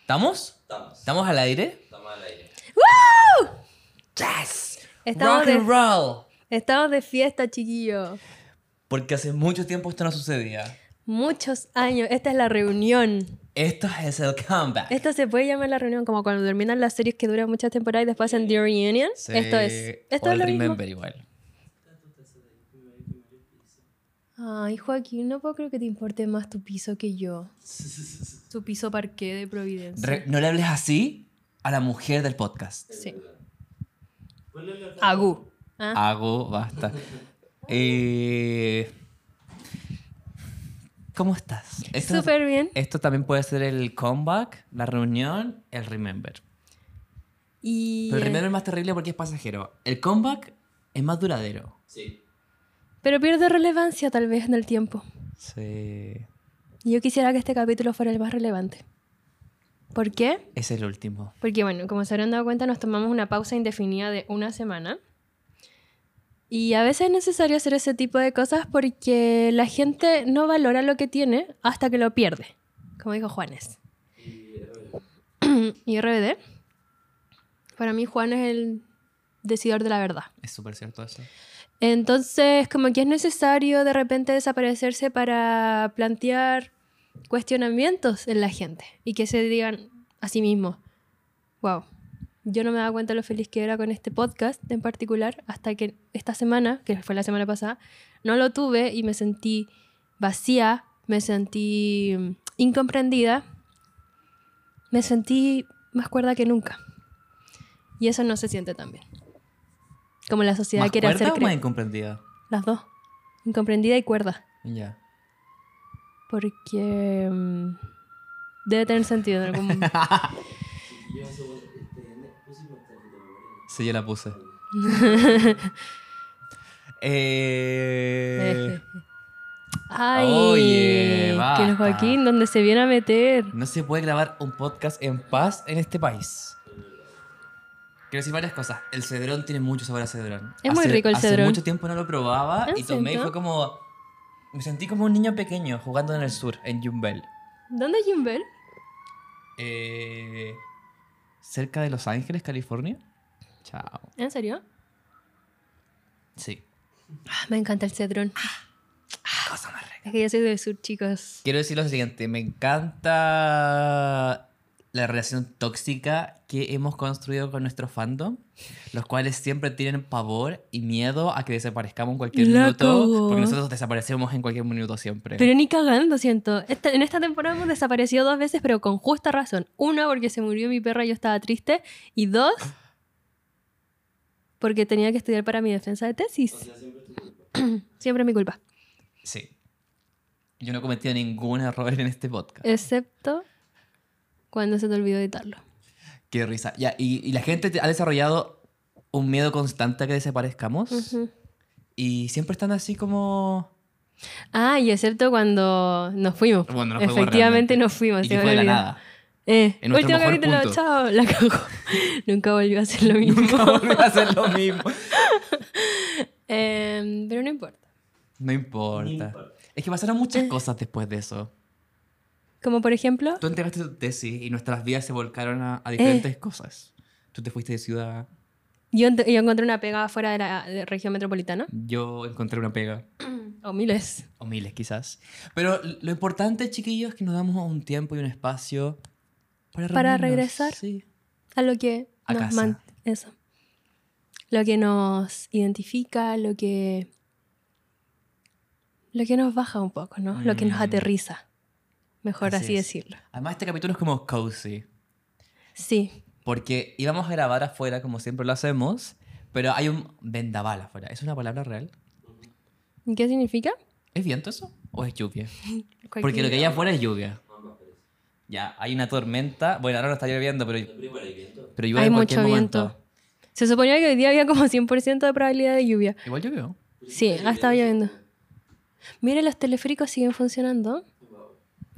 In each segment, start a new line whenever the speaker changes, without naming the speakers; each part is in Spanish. ¿Estamos?
Estamos.
¿Estamos al aire?
Estamos al aire.
¡Yes!
Estamos
¡Rock and
de-
roll!
Estamos de fiesta, chiquillo.
Porque hace mucho tiempo esto no sucedía.
Muchos años. Esta es la reunión.
Esto es el comeback.
Esto se puede llamar la reunión como cuando terminan las series que duran muchas temporadas y después hacen The Reunion.
Sí,
Esto es. Esto
o
es
el
lo mismo.
Remember igual.
Ay, Joaquín, no puedo creer que te importe más tu piso que yo. Tu piso parqué de Providencia.
Re- no le hables así a la mujer del podcast.
sí. Agu. Ah,
Hago, basta. Eh, ¿Cómo estás? Esto,
Súper bien.
esto también puede ser el comeback, la reunión, el remember.
Y,
Pero el remember es más terrible porque es pasajero. El comeback es más duradero.
Sí.
eh, pero pierde relevancia tal vez en el tiempo.
Sí.
Y Yo quisiera que este capítulo fuera el más relevante. ¿Por qué?
Es el último.
Porque bueno, como se habrán dado cuenta, nos tomamos una pausa indefinida de una semana. Y a veces es necesario hacer ese tipo de cosas porque la gente no valora lo que tiene hasta que lo pierde, como dijo Juanes. y RBD, para mí Juan es el decidor de la verdad.
Es súper cierto eso.
Entonces, como que es necesario de repente desaparecerse para plantear cuestionamientos en la gente y que se digan a sí mismos, wow, yo no me daba cuenta lo feliz que era con este podcast en particular hasta que esta semana, que fue la semana pasada, no lo tuve y me sentí vacía, me sentí mm, incomprendida, me sentí más cuerda que nunca. Y eso no se siente tan bien. Como la sociedad
¿Más
quiere
cuerda
hacer
o
creer.
más incomprendida?
Las dos. Incomprendida y cuerda.
Ya.
Porque. mm, debe tener sentido en algún
Yo hace este, ne- puse un mensajito, me acuerdo.
Sí, yo la puse. Eh,
Ay,
Oye,
que
basta.
el Joaquín, donde se viene a meter.
no se puede grabar un podcast en paz en este país. Quiero decir varias cosas. El cedrón tiene mucho sabor a cedrón.
Es muy rico el
hace
cedrón.
mucho tiempo no lo probaba
¿En
y tomé y
serio?
fue como... Me sentí como un niño pequeño jugando en el sur, en Yumbel.
¿Dónde es Jimbel?
Eh, cerca de Los Ángeles, California. Chao.
¿En serio?
Sí.
Ah, me encanta el cedrón.
Ah, Cosa más rica.
Es que yo soy del sur, chicos.
Quiero decir lo siguiente, me encanta la relación tóxica que hemos construido con nuestro fandom, los cuales siempre tienen pavor y miedo a que desaparezcamos en cualquier minuto,
Loco.
porque nosotros desaparecemos en cualquier minuto siempre.
Pero ni cagando, siento. Esta- en esta temporada hemos desaparecido dos veces, pero con justa razón. Una, porque se murió mi perra y yo estaba triste. Y dos, porque tenía que estudiar para mi defensa de tesis.
O sea, siempre estoy culpa.
Siempre es mi culpa.
Sí. Yo no he cometido ningún error en este podcast.
Eh. Excepto cuando se te olvidó editarlo.
Qué risa. Ya, y, y la gente te- ha desarrollado un miedo constante a que desaparezcamos y siempre están así como...
Ah, y excepto cuando nos fuimos.
Bueno, nos fuimos
Efectivamente
realmente.
nos fuimos.
Y
se
que
me
fue de la
olvidó.
nada.
Eh,
En nuestro
último
mejor
capítulo,
punto.
chao, la cagó. Nunca volvió a hacer lo mismo.
Nunca volví a hacer lo mismo.
Em, pero no importa.
No importa.
No importa.
Es que pasaron muchas cosas después de eso.
Como por ejemplo,
Tú entregaste tu tesis y nuestras vidas se volcaron a, a diferentes
Eh.
cosas. Tú te fuiste de ciudad,
yo, ent- yo encontré una pega fuera de la de región metropolitana.
yo encontré una pega,
O miles.
o miles quizás. Pero lo importante, chiquillos, es que nos damos un tiempo y un espacio para,
Para
reunirnos.
regresar.
Sí.
A lo que
A
nos
casa.
man- Eso. Lo que nos identifica, lo que. Lo que nos baja un poco, ¿no? Lo que nos
Mm.
aterriza. Mejor
Así
así,
es.
decirlo.
Además, este capítulo es como cozy.
Sí.
Porque íbamos a grabar afuera, como siempre lo hacemos, pero hay un vendaval afuera. ¿Es una palabra real?
¿Y qué significa?
¿Es viento eso? ¿O es lluvia? Porque lo que hay afuera es lluvia. Ya, hay una tormenta. Bueno, ahora no está lloviendo, pero,
Primero hay viento.
pero llueve
Hay
en cualquier
mucho
momento.
viento. Se suponía que hoy día había como 100% de probabilidad de lluvia.
Igual llovió.
Sí, ha estado lloviendo. Mira, los teleféricos siguen funcionando.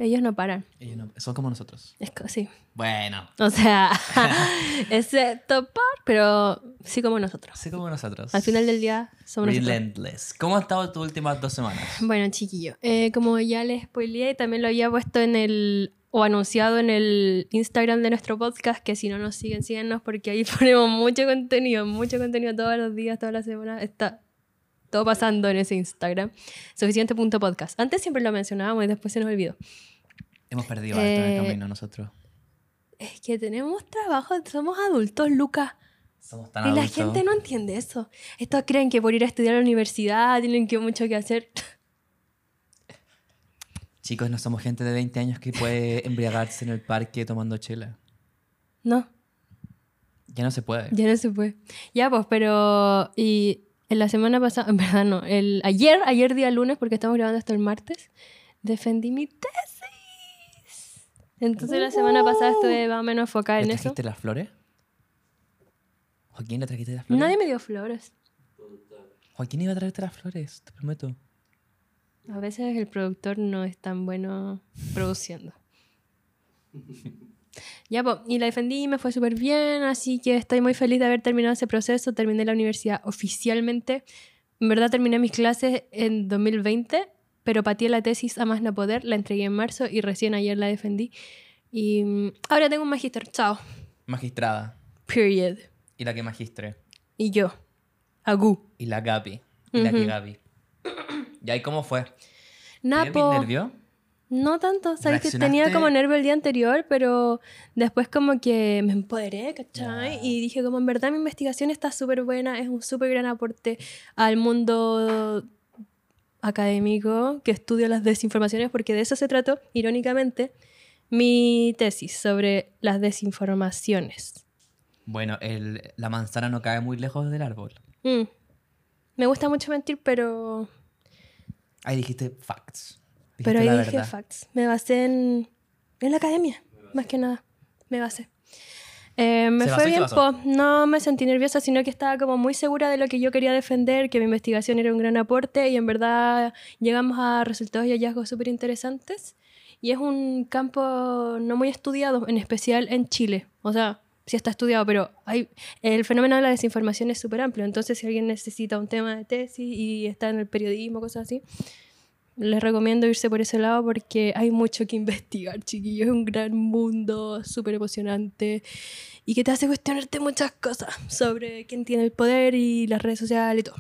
Ellos no paran.
Ellos no- son como nosotros.
Es co- sí.
Bueno,
O sea, excepto por, pero sí como nosotros.
así como nosotros.
Al final del día somos nosotros.
Relentless. ¿Cómo han estado tus últimas dos semanas?
Bueno, chiquillo, eh, como ya les spoileé y también lo había puesto en el o anunciado en el Instagram de nuestro podcast, que si no nos siguen, síguenos porque ahí ponemos mucho contenido, mucho contenido todos los días, todas las semanas. Está todo pasando en ese Instagram. Suficiente.podcast. Antes siempre lo mencionábamos y después se nos olvidó.
Hemos perdido harto en
Eh,
el camino nosotros.
Es que tenemos trabajo, somos adultos, Lucas.
Somos
Y
tan
la
adultos.
gente no entiende eso. Estos creen que por ir a estudiar a la universidad tienen que mucho que hacer.
Chicos, no somos gente de 20 años que puede embriagarse en el parque tomando chela.
No,
Ya no se puede.
ya no se puede. Ya, pues, pero. Y en la semana pasada, en verdad no, el, ayer, ayer día lunes, porque estamos grabando hasta el martes, defendí mi tesis. Entonces la semana pasada estuve más o menos enfocada
¿Le
en eso.
trajiste las flores? ¿Joaquín le trajiste las flores?
Nadie me dio flores.
Joaquín iba a traerte las flores, te prometo.
A veces el productor no es tan bueno produciendo. ya, po, y la defendí, me fue súper bien, así que estoy muy feliz de haber terminado ese proceso. Terminé la universidad oficialmente. En verdad terminé mis clases en 2020, pero pateé la tesis a más no poder, la entregué en marzo y recién ayer la defendí. Y mm, ahora tengo un magíster, chao,
Magistrada.
period.
Y la que magistre.
Y yo, agú.
Y la Gaby. Y la que Gaby. ¿Y ahí cómo fue?
Napo.
nervio?
No tanto, sabes que tenía
¿Reaccionaste?
como nervio el día anterior, pero después como que me empoderé, ¿cachai?
Ya.
Y dije como en verdad mi investigación está súper buena, es un súper gran aporte al mundo académico que estudia las desinformaciones, porque de eso se trató, irónicamente, mi tesis sobre las desinformaciones.
Bueno, el- la manzana no cae muy lejos del árbol.
Mm. Me gusta mucho mentir, pero,
Ahí dijiste facts. Dijiste
pero ahí
la
dije
verdad.
facts. Me basé en, en la academia, más que nada. Me basé. Eh, me
Se
fue
basó y se
bien,
basó.
po. no me sentí nerviosa, sino que estaba como muy segura de lo que yo quería defender, que mi investigación era un gran aporte y en verdad llegamos a resultados y hallazgos súper interesantes. Y es un campo no muy estudiado, en especial en Chile. O sea, sí está estudiado, pero hay, el fenómeno de la desinformación es súper amplio. Entonces, si alguien necesita un tema de tesis y está en el periodismo, cosas así, les recomiendo irse por ese lado porque hay mucho que investigar, chiquillos. Es un gran mundo, súper emocionante y que te hace cuestionarte muchas cosas sobre quién tiene el poder y las redes sociales y todo.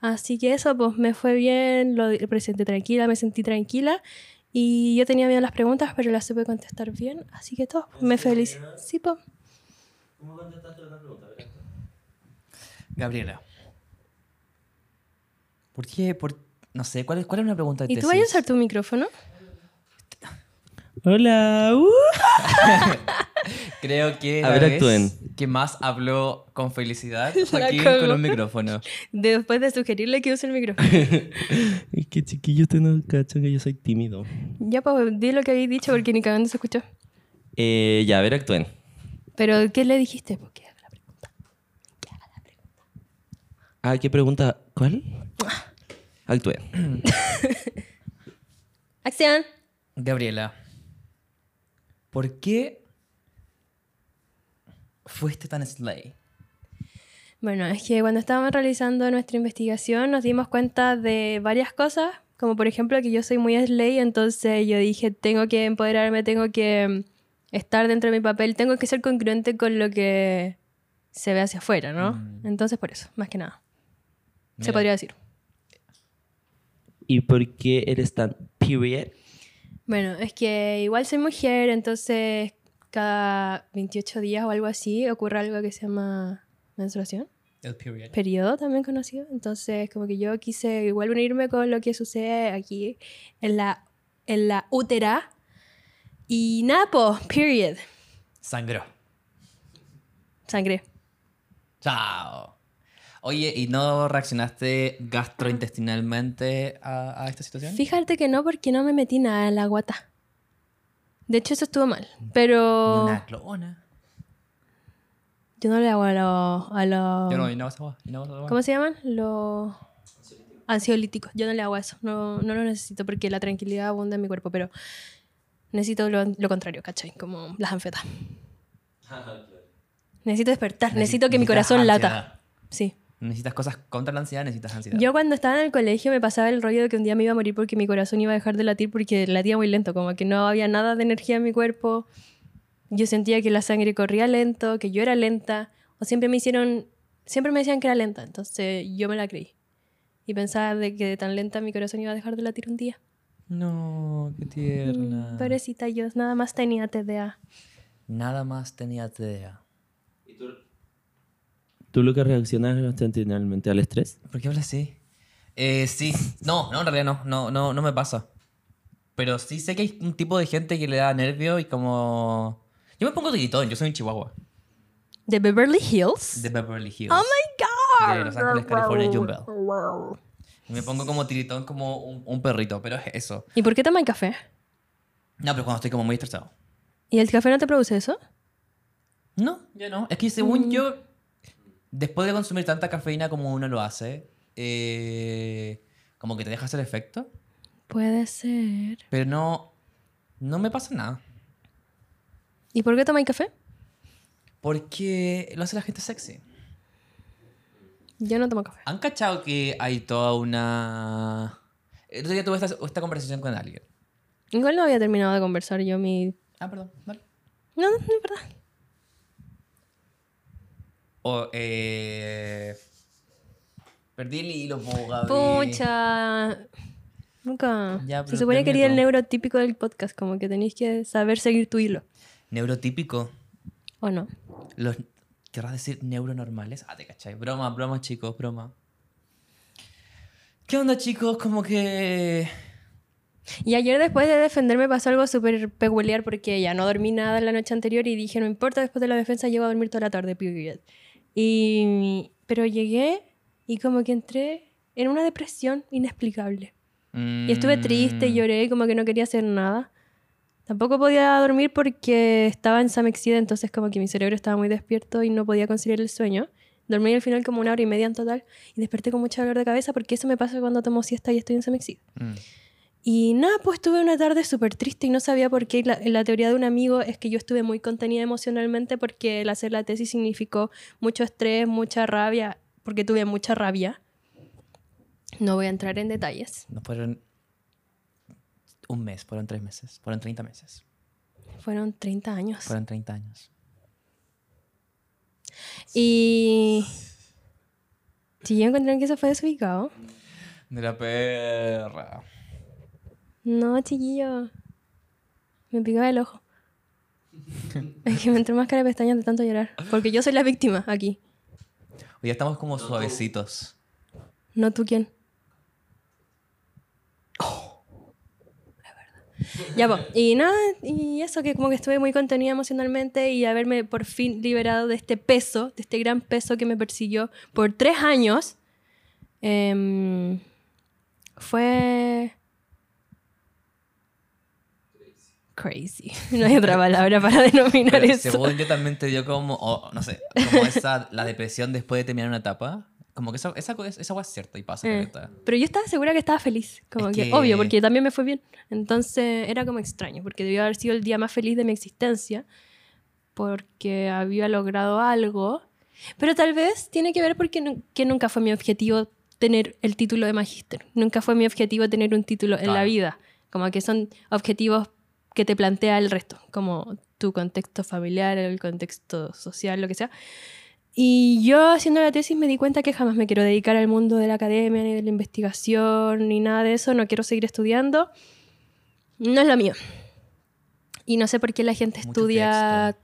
Así que eso, pues me fue bien, lo lo presenté tranquila, me sentí tranquila y yo tenía miedo a las preguntas, pero las supe contestar bien, así que todo, me feliz. Sí, pues.
¿Cómo contestaste la pregunta? A ver, acá.
Gabriela. ¿Por qué? Por, no sé, ¿cuál es, cuál es una pregunta de
¿Y tú
tesis?
vas a usar tu micrófono?
Hola. uh.
Creo que
A
la
ver,
vez
actúen.
que más habló con felicidad
La
Joaquín
cagó.
con un micrófono.
Después de sugerirle que use el micrófono.
Es que chiquillos te no cachan que yo soy tímido.
ya, pues, di lo que habéis dicho porque ni cagando se escuchó.
Eh, ya, a ver, actúen.
Pero, ¿qué le dijiste? Pues, Porque
Ah, ¿qué pregunta? ¿Cuál? Actúen.
Acción.
Gabriela, ¿por qué fuiste tan slay?
Bueno, es que cuando estábamos realizando nuestra investigación nos dimos cuenta de varias cosas, como por ejemplo que yo soy muy slay, entonces yo dije, tengo que empoderarme, tengo que mm, estar dentro de mi papel, tengo que ser congruente con lo que se ve hacia afuera, ¿no?
Mm.
Entonces por eso, más que nada, se
Mira.
podría decir.
¿Y por qué eres tan period?
Bueno, es que igual soy mujer, entonces cada 28 días o algo así ocurre algo que se llama menstruación.
El period.
periodo también conocido. Entonces, como que yo quise igual unirme con lo que sucede aquí en la, en la útera. Y Napo, period.
Sangró.
Sangre.
Chao. Oye, ¿y no reaccionaste gastrointestinalmente a, a esta situación?
Fíjate que no, porque no me metí nada en la guata. De hecho, eso estuvo mal. Pero
Una clona.
yo no le hago a los... A los
Yo no, y no vas a y no vas a-
¿Cómo se llaman? Los ansiolíticos. Yo no le hago a eso. No, no lo necesito porque la tranquilidad abunda en mi cuerpo, pero necesito lo, lo contrario, ¿cachai? Como las anfetas. Necesito despertar, necesito que mi
Ah, Necesitas
corazón lata.
ansiedad.
Sí.
Necesitas cosas contra la ansiedad, necesitas ansiedad.
Yo cuando estaba en el colegio me pasaba el rollo de que un día me iba a morir porque mi corazón iba a dejar de latir porque latía muy lento, como que no había nada de energía en mi cuerpo. Yo sentía que la sangre corría lento, que yo era lenta, o siempre me hicieron, siempre me decían que era lenta, entonces yo me la creí. Y pensaba de que de tan lenta mi corazón iba a dejar de latir un día.
No, qué
Mm,
tierna.
Pobrecita yo, nada más tenía TDA.
Nada más tenía TDA.
Y tú,
¿Tú lo que reaccionas es bastante naturalmente al estrés?
¿Por qué hablas así? Eh, sí, no, no, en realidad no, no, no, no me pasa. Pero sí sé que hay un tipo de gente que le da nervio y como... Yo me pongo gritón, yo soy un chihuahua.
¿De Beverly Hills?
De Beverly Hills.
¡Oh, my God!
De Los Ángeles, California, Jumbel. Y me pongo como tiritón, como un, un perrito, pero es eso.
¿Y por qué toman café?
No, pero cuando estoy como muy estresado.
¿Y el café no te produce eso?
No, ya no. Es que
Mm.
según yo, después de consumir tanta cafeína como uno lo hace, eh, como que te deja hacer efecto,
Puede ser.
pero no, no me pasa nada.
¿Y por qué tomáis café?
Porque lo hace la gente sexy.
Yo no tomo café.
¿Han cachado que hay toda una... El otro día tuve esta, esta conversación con alguien.
Igual no había terminado de conversar yo mi...
Ah, perdón, dale.
No, no, no, es verdad.
O, eh... Perdí el hilo, po, Gaby.
Pucha. Nunca.
Ya, pero
Se supone que eres el
termina
neurotípico del podcast, como que tenéis que saber seguir tu hilo.
Neurotípico.
¿O no?
Los, ¿Querrás decir neuronormales? Ah, te cachai. Broma, broma, chicos, broma. ¿Qué onda, chicos? Como que...
Y ayer después de defenderme pasó algo súper peculiar porque ya no dormí nada la noche anterior y dije, no importa, después de la defensa llego a dormir toda la tarde, period. Y... Pero llegué y como que entré en una depresión inexplicable. Y estuve triste,
Mm.
lloré, como que no quería hacer nada. Tampoco podía dormir porque estaba ensamexida, entonces como que mi cerebro estaba muy despierto y no podía conciliar el sueño. Dormí al final como una hora y media en total y desperté con mucho dolor de cabeza porque eso me pasa cuando tomo siesta y estoy ensamexida.
Mm.
Y nada, pues tuve una tarde súper triste y no sabía por qué. La, la teoría de un amigo es que yo estuve muy contenida emocionalmente porque el hacer la tesis significó mucho estrés, mucha rabia, porque tuve mucha rabia. No voy a entrar en detalles.
No fueron un mes, fueron tres meses, fueron 30 meses,
Fueron 30 años.
fueron 30 años.
Y. Si yo encontré que eso fue desubicado.
De la perra.
No, chiquillo. Me picó el ojo. Es que me entró más cara de pestañas de tanto llorar. Porque yo soy la víctima aquí.
Hoy ya estamos como suavecitos.
No tú quién. Oh, es verdad. Ya, pues. Y nada, y eso que como que estuve muy contenida emocionalmente y haberme por fin liberado de este peso, de este gran peso que me persiguió por tres años, em, fue... Crazy. No hay otra palabra para denominar
Pero
eso.
según yo también te dio como, o, no sé, como esa, la depresión después de terminar una etapa. Como que esa, esa, co- esa agua es cierta y pasa,
Eh,
caleta.
pero yo estaba segura que estaba feliz, como
Es
que,
que-
obvio, porque también me fue bien. Entonces era como extraño, porque debió haber sido el día más feliz de mi existencia, porque había logrado algo. Pero tal vez tiene que ver porque nu- que nunca fue mi objetivo tener el título de magíster, nunca fue mi objetivo tener un título en la
Claro.
vida, como que son objetivos que te plantea el resto, como tu contexto familiar, el contexto social, lo que sea. Y yo haciendo la tesis me di cuenta que jamás me quiero dedicar al mundo de la academia, ni de la investigación, ni nada de eso. No quiero seguir estudiando. No es lo mío. Y no sé por qué la gente
Mucho
estudia...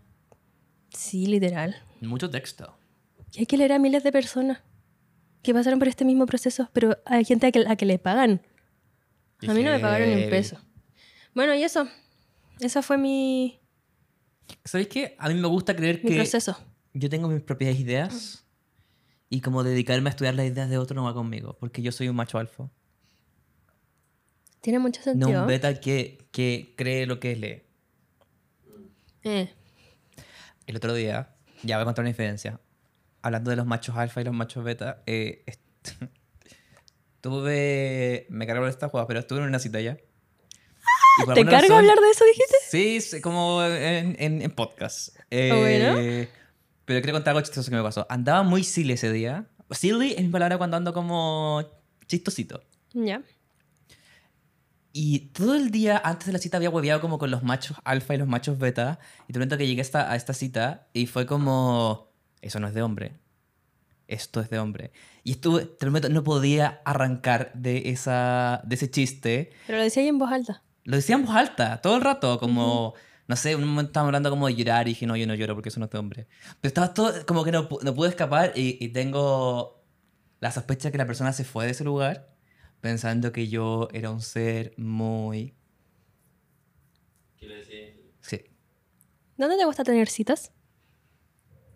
Sí, literal.
Mucho texto.
Y hay que leer a miles de personas que pasaron por este mismo proceso, pero hay gente a que, a que le pagan. A mí no me pagaron ni un
Heavy.
peso. Bueno, y eso. Esa fue mi,
¿Sabéis qué? A mí me gusta creer
mi
que
proceso.
yo tengo mis propias ideas y como dedicarme a estudiar las ideas de otro no va conmigo, porque yo soy un macho alfa.
Tiene mucho
No
sentido.
un beta que, que cree lo que lee.
Eh,
El otro día, ya voy a contar una diferencia. Hablando de los machos alfa y los machos beta, eh, est- tuve. Me cargo de estas jugadas, pero estuve en una cita ya. Y por
¡Ah! ¿Te
alguna
carga
razón-
hablar de eso, dijiste? Ah,
Sí, sí, como en, en- en podcast. Eh,
bueno.
Pero quiero contar algo chistoso que me pasó. Andaba muy sil ese día. Silly es mi palabra cuando ando como chistosito.
Ya.
Y todo el día antes de la cita había hueveado como con los machos alfa y los machos beta. Y te pronto que llegué a esta, a esta cita y fue como, eso no es de hombre. Esto es de hombre. Y estuve, te prometo, no podía arrancar de, esa, de ese chiste.
Pero lo decía ahí en voz alta.
Lo decía en voz alta, todo el rato, como, no sé, un momento estábamos hablando como de llorar y dije, no, yo no lloro porque eso no es de hombre. Pero estaba todo, como que no, pu- no pude escapar y, y tengo la sospecha que la persona se fue de ese lugar pensando que yo era un ser muy...
Que le decía,
Sí.
¿Dónde te gusta tener citas?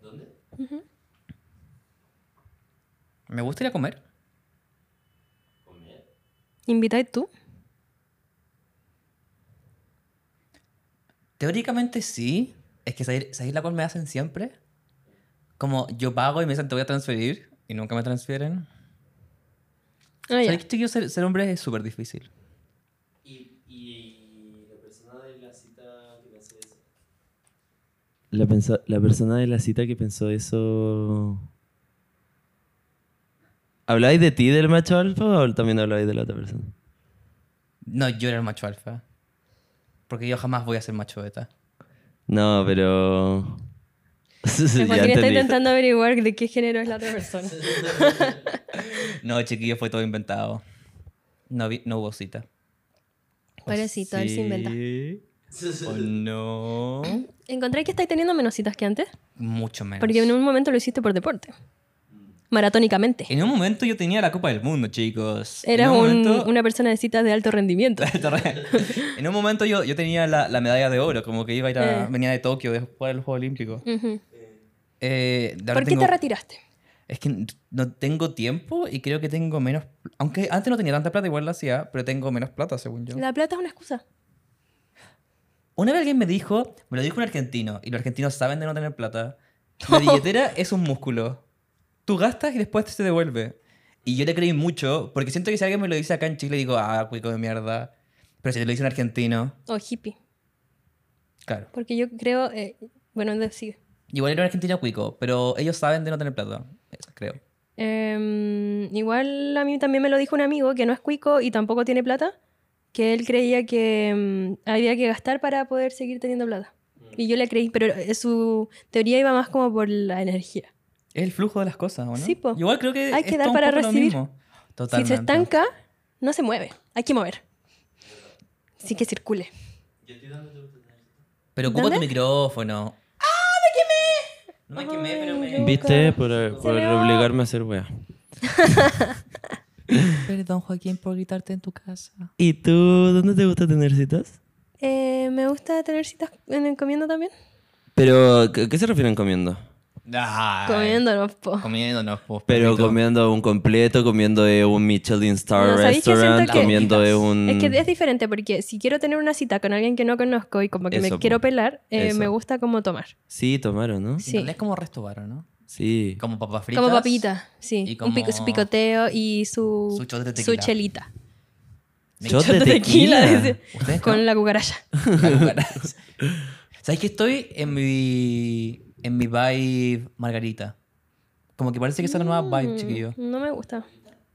¿dónde?
Me gusta ir a comer.
Comer.
¿Invitáis tú?
Teóricamente sí. Es que salir, salir la cual me hacen siempre. Como yo pago y me dicen te voy a transferir y nunca me transfieren.
Ah, ya.
¿Sabes que yo ser, ser hombre es súper difícil?
Y, y la persona de la cita que le hace eso.
La, pensa- la persona de la cita que pensó eso. ¿Hablabais de ti, del macho alfa, o también hablabais de la otra persona?
No, yo era el macho alfa. Porque yo jamás voy a ser macho beta.
No, pero.
El
ya
Joaquín está
entendí.
intentando averiguar de qué género es la otra persona.
No, chiquillo, fue todo inventado. No, vi- no hubo cita.
Pobrecito, él se inventa.
¿O Oh, no?
Encontré que estáis teniendo menos citas que antes,
Mucho menos.
porque en un momento lo hiciste por deporte. Maratónicamente.
En un momento yo tenía la Copa del Mundo, chicos. En
Eras
un
un-
momento-
una persona de citas de alto rendimiento.
en un momento yo, yo tenía la, la medalla de oro, como que iba a ir a,
Eh.
venía de Tokio de jugar el Juego Olímpico.
Ujú.
Eh, de
¿Por
ahora
qué
tengo-
te retiraste?
Es que n- no tengo tiempo y creo que tengo menos... Aunque antes no tenía tanta plata, igual la hacía, pero tengo menos plata, según yo.
La plata es una excusa.
Una vez alguien me dijo, me lo dijo un argentino, y los argentinos saben de no tener plata. La billetera es un músculo. Tú gastas y después se devuelve. Y yo le creí mucho, porque siento que si alguien me lo dice acá en Chile, digo, ah, cuico de mierda. Pero si te lo dice un argentino,
O Oh, hippie.
claro.
Porque yo creo. eh, bueno, de- sigue.
Igual era un argentino cuico, pero ellos saben de no tener plata, eso creo.
Em, igual a mí también me lo dijo un amigo que no es cuico y tampoco tiene plata, que él creía que em, había que gastar para poder seguir teniendo plata. Y yo le creí, pero eh, su teoría iba más como por la energía.
Es el flujo de las cosas, ¿o ¿no?
Sí, po.
Igual creo que
Hay que
es
dar
todo un
para
poco lo
recibir.
mismo. Totalmente.
Si se estanca, no se mueve. Hay que mover. Así que circule.
Pero ocupa tu
¿Dónde?
micrófono. ¡Ah, me quemé! No me quemé, pero me...
¿Viste? Por, por
veo.
obligarme a hacer wea.
Perdón, Joaquín, por gritarte en tu casa.
¿Y tú dónde te gusta tener citas?
Eh, me gusta tener citas en el comiendo también.
Pero, ¿qué, qué se refieren comiendo?
Comiéndonos, po.
Comiéndonos, pues.
Pero
perrito.
comiendo un completo, comiendo de un Michelin Star
No, ¿sabéis que
Restaurant,
siento que-
comiendo de un...
Es que es diferente porque si quiero tener una cita con alguien que no conozco y como que
Eso,
me
po.
quiero pelar, eh,
Eso.
me gusta como tomar.
Sí, tomaron, ¿no?
En
Sí.
realidad es como resto varo, ¿no?
Sí.
Como papas fritas.
Como papita, sí.
y
Un pico- su
como-
picoteo y su,
Su shot de
su
tequila.
chelita.
Me
Shot
encanta
de
tequila,
tequila.
dice.
Ustedes
Con
no.
la cucaracha.
la cucaracha. ¿Sabes que estoy en mi. en mi vibe Margarita? Como que parece que esa es la nueva vibe,
Mm,
chiquillo.
No me gusta.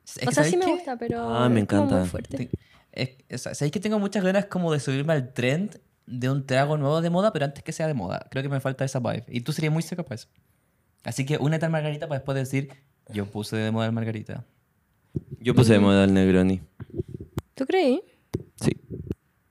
Es que
o sea, sí
¿sabéis
me
qué?
gusta, pero
Ah, me
es como
encanta.
muy fuerte.
Te- es- es- ¿Sabéis que tengo muchas ganas como de subirme al trend de un trago nuevo de moda, pero antes que sea de moda? Creo que me falta esa vibe. Y tú serías muy seca para eso. Así que únete al Margarita para después decir, yo puse de moda el Margarita.
Yo puse de moda el Negroni.
¿Tú creí?
Sí,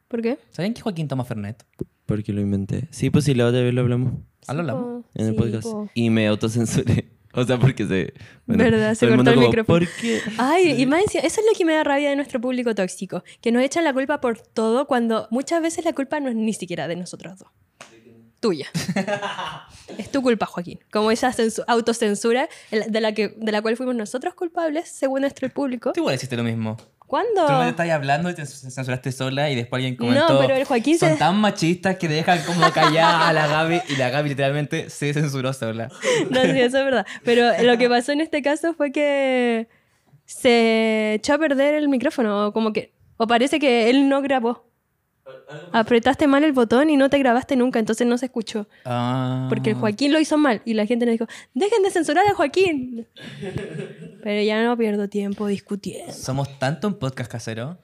¿Por qué?
¿Saben que Joaquín toma Fernet?
porque lo inventé. Sí, pues sí, la otra vez lo hablamos
Habla, habla.
po.
en el
Sí,
podcast.
po.
Y me autocensuré. O sea, porque se...
Verdad, se
todo
cortó
mundo
el
como,
micrófono.
¿Por qué?
Ay, y más encima, eso es lo que me da rabia de nuestro público tóxico, que nos echan la culpa por todo cuando muchas veces la culpa no es ni siquiera de nosotros dos. Tuya. es tu culpa, Joaquín. Como esa censu- autocensura el- de la, que, de la cual fuimos nosotros culpables, según nuestro público.
Tú igual hiciste lo mismo.
¿Cuándo?
Tú no te estás hablando y te censuraste sola y después alguien
No,
comentó.
pero el Joaquín
Son
se-
tan machistas que dejan como callada a la Gaby y la Gaby literalmente se censuró sola.
No, sí, eso es verdad. Pero lo que pasó en este caso fue que se echó a perder el micrófono, o como que, o parece que él no grabó. Apretaste mal el botón y no te grabaste nunca, entonces no se escuchó.
Ah.
Porque el Joaquín lo hizo mal y la gente nos dijo, dejen de censurar a Joaquín. Pero ya no pierdo tiempo discutiendo.
Somos tanto un podcast casero.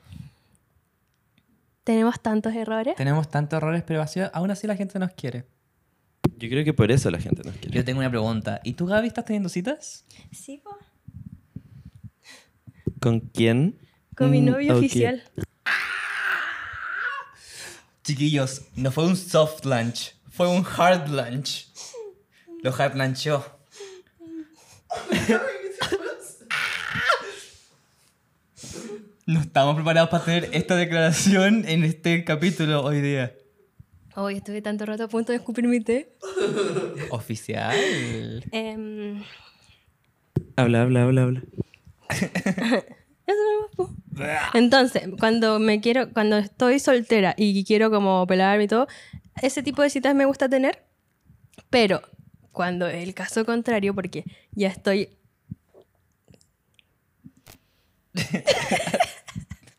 Tenemos tantos errores.
Tenemos tantos errores, pero así- aún así la gente nos quiere.
Yo creo que por eso la gente nos quiere.
Yo tengo una pregunta. ¿Y tú, Gaby, estás teniendo citas?
Sí, po.
¿Con quién?
Con mi
Mm,
novio
ok.
oficial.
Chiquillos, no fue un soft lunch, fue un hard lunch. Lo hard lunchó. No estamos preparados para hacer esta declaración en este capítulo hoy día.
Hoy estuve tanto rato a punto de escupir mi té.
Oficial.
Em,
Habla, habla, habla, habla.
Eso nomás, po.
Ah.
Entonces, cuando me quiero, cuando estoy soltera y quiero como pelarme y todo, ese tipo de citas me gusta tener, pero cuando el caso contrario, porque ya estoy,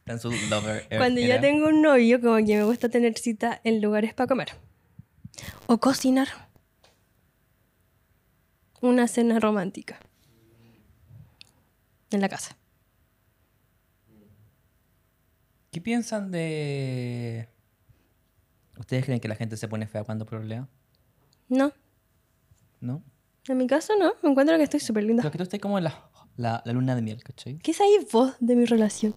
Tan su lover. era-
cuando ya
era.
tengo un novio, como que me gusta tener citas en lugares para comer o cocinar, una cena romántica en la casa.
¿Qué piensan de. ¿Ustedes creen que la gente se pone fea cuando problema?
No,
¿No?
en mi caso no, me encuentro que estoy súper linda.
Creo que tú estás como en la, la, la luna de miel, ¿cachai?
¿Qué sabéis vos de mi relación?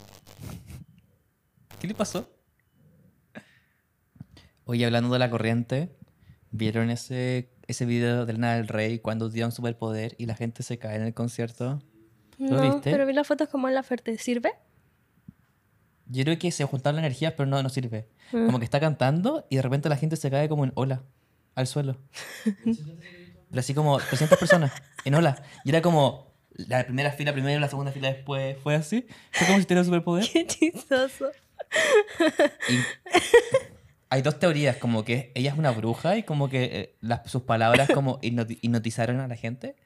¿Qué le pasó? Oye, hablando de la corriente, ¿vieron ese, ese video de Lana del Rey cuando dieron superpoder y la gente se cae en el concierto? ¿Lo
no,
viste?
pero vi las fotos como en la oferta. ¿Sirve?
Yo creo que se juntaron las energías, pero no, no sirve. Como que está cantando y de repente la gente se cae como en ola, al suelo. Pero así como 300 personas, en ola. Y era como la primera fila primero, la segunda fila después, fue así. Fue como si tuviera superpoder.
Qué chistoso.
Y hay dos teorías, como que ella es una bruja y como que eh, las, sus palabras como hipnoti- hipnotizaron a la gente.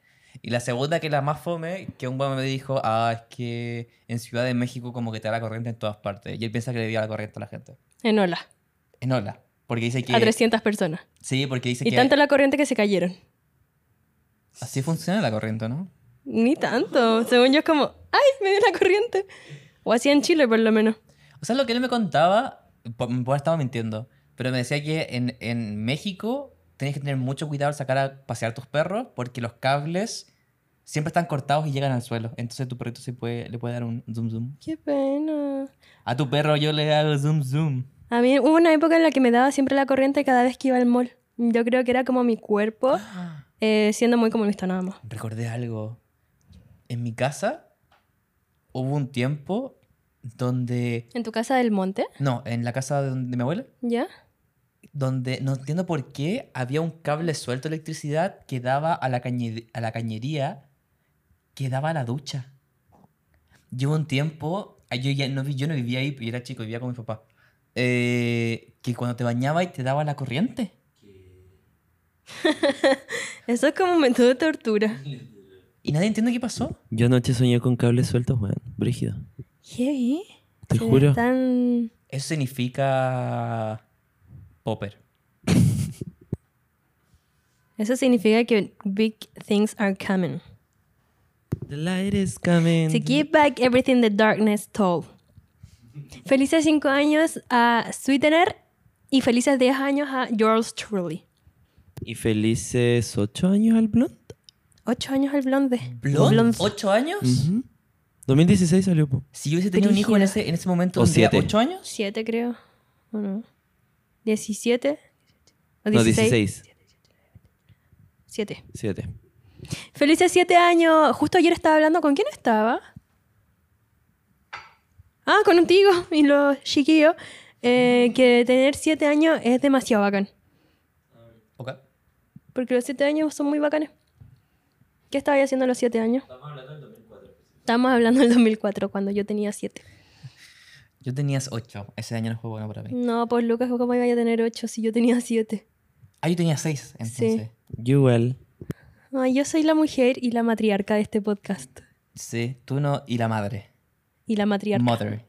Y la segunda, que la más fome, que un guamo me dijo, ah, es que en Ciudad de México como que te da la corriente en todas partes. Y él piensa que le dio la corriente a la gente.
En ola.
En ola. Porque dice que...
A 300 personas.
Sí, porque dice
Y
que...
tanto la corriente que se cayeron.
Así funciona la corriente, ¿no?
Ni tanto. Según yo es como, ¡ay, me dio la corriente! O así en Chile, por lo menos.
O sea, lo que él me contaba, po- me puedo estaba mintiendo, pero me decía que en, en México tienes que tener mucho cuidado al sacar a pasear tus perros porque los cables siempre están cortados y llegan al suelo. Entonces tu perrito se puede, le puede dar un zoom zoom.
Qué pena.
A tu perro yo le hago zoom zoom.
A mí hubo una época en la que me daba siempre la corriente cada vez que iba al mall. Yo creo que era como mi cuerpo eh, siendo muy comunista nada más.
Recordé algo. En mi casa hubo un tiempo donde...
En tu casa del monte,
No, en la casa de donde- de mi abuela.
¿ya?
donde no entiendo por qué había un cable suelto de electricidad que daba a la, cañe- a la cañería que daba a la ducha. Llevo un tiempo, ah, yo, ya no, vi- yo no vivía ahí, yo era chico, vivía con mi papá, eh, que cuando te bañaba y te daba la corriente.
Eso es como un método de tortura.
Y nadie entiende qué pasó.
Yo anoche soñé con cables sueltos, weón. Brígido.
Heavy.
Te
Se
juro.
Están...
Eso significa popper.
Eso significa que big things are coming.
The light is coming.
To give back everything the darkness told. Felices 5 años a Sweetener y felices 10 años a Yours Truly.
Y felices ocho años al Blond.
8 años al blonde.
¿Blond?
Blonde.
¿Ocho años?
Ujú. 2016 salió, po.
Si yo hubiese tenido un hijo en
Brígido.
ese, en ese momento,
O
tendría
siete.
¿ocho años?
7 creo. ¿O no? 17 o
No,
16.
16.
7.
7.
Felices 7 años. Justo ayer estaba hablando con quién estaba. Ah, con un tigo y los chiquillos. eh, que tener 7 años es demasiado bacán.
Ok.
Porque los siete años son muy bacanes. ¿Qué estaba yo haciendo a los siete años?
Estamos hablando del 2004.
Estábamos hablando del 2004, cuando yo tenía siete.
Yo tenías ocho. Ese año no fue bueno para mí.
No, pues Lucas, ¿cómo iba yo a tener ocho si yo tenía siete?
Ah, yo tenía seis, entonces.
You well.
Ay, yo soy la mujer y la matriarca de este podcast.
Sí, tú no y la madre.
Y la matriarca.
Mother.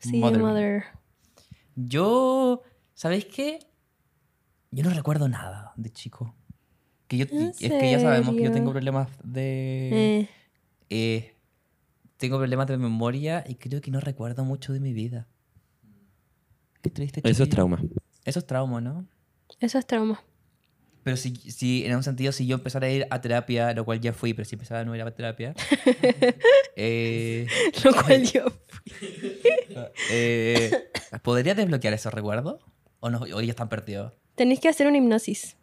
sí,
mother.
mother.
Yo, ¿sabéis qué? Yo no recuerdo nada de chico. Que yo,
¿En
es que ya sabemos que yo
serio?
tengo problemas de
Eh,
eh, tengo problemas de memoria y creo que no recuerdo mucho de mi vida. Qué triste.
Eso es
chiquillo.
trauma.
Eso es trauma, ¿no?
Eso es trauma.
Pero si, si, en un sentido, si yo empezara a ir a terapia, lo cual ya fui, pero si empezara a no ir a terapia, eh,
Lo cual yo.
eh, ¿podría desbloquear esos recuerdos? ¿O, no, ¿O ya están perdidos?
Tenéis que hacer una hipnosis.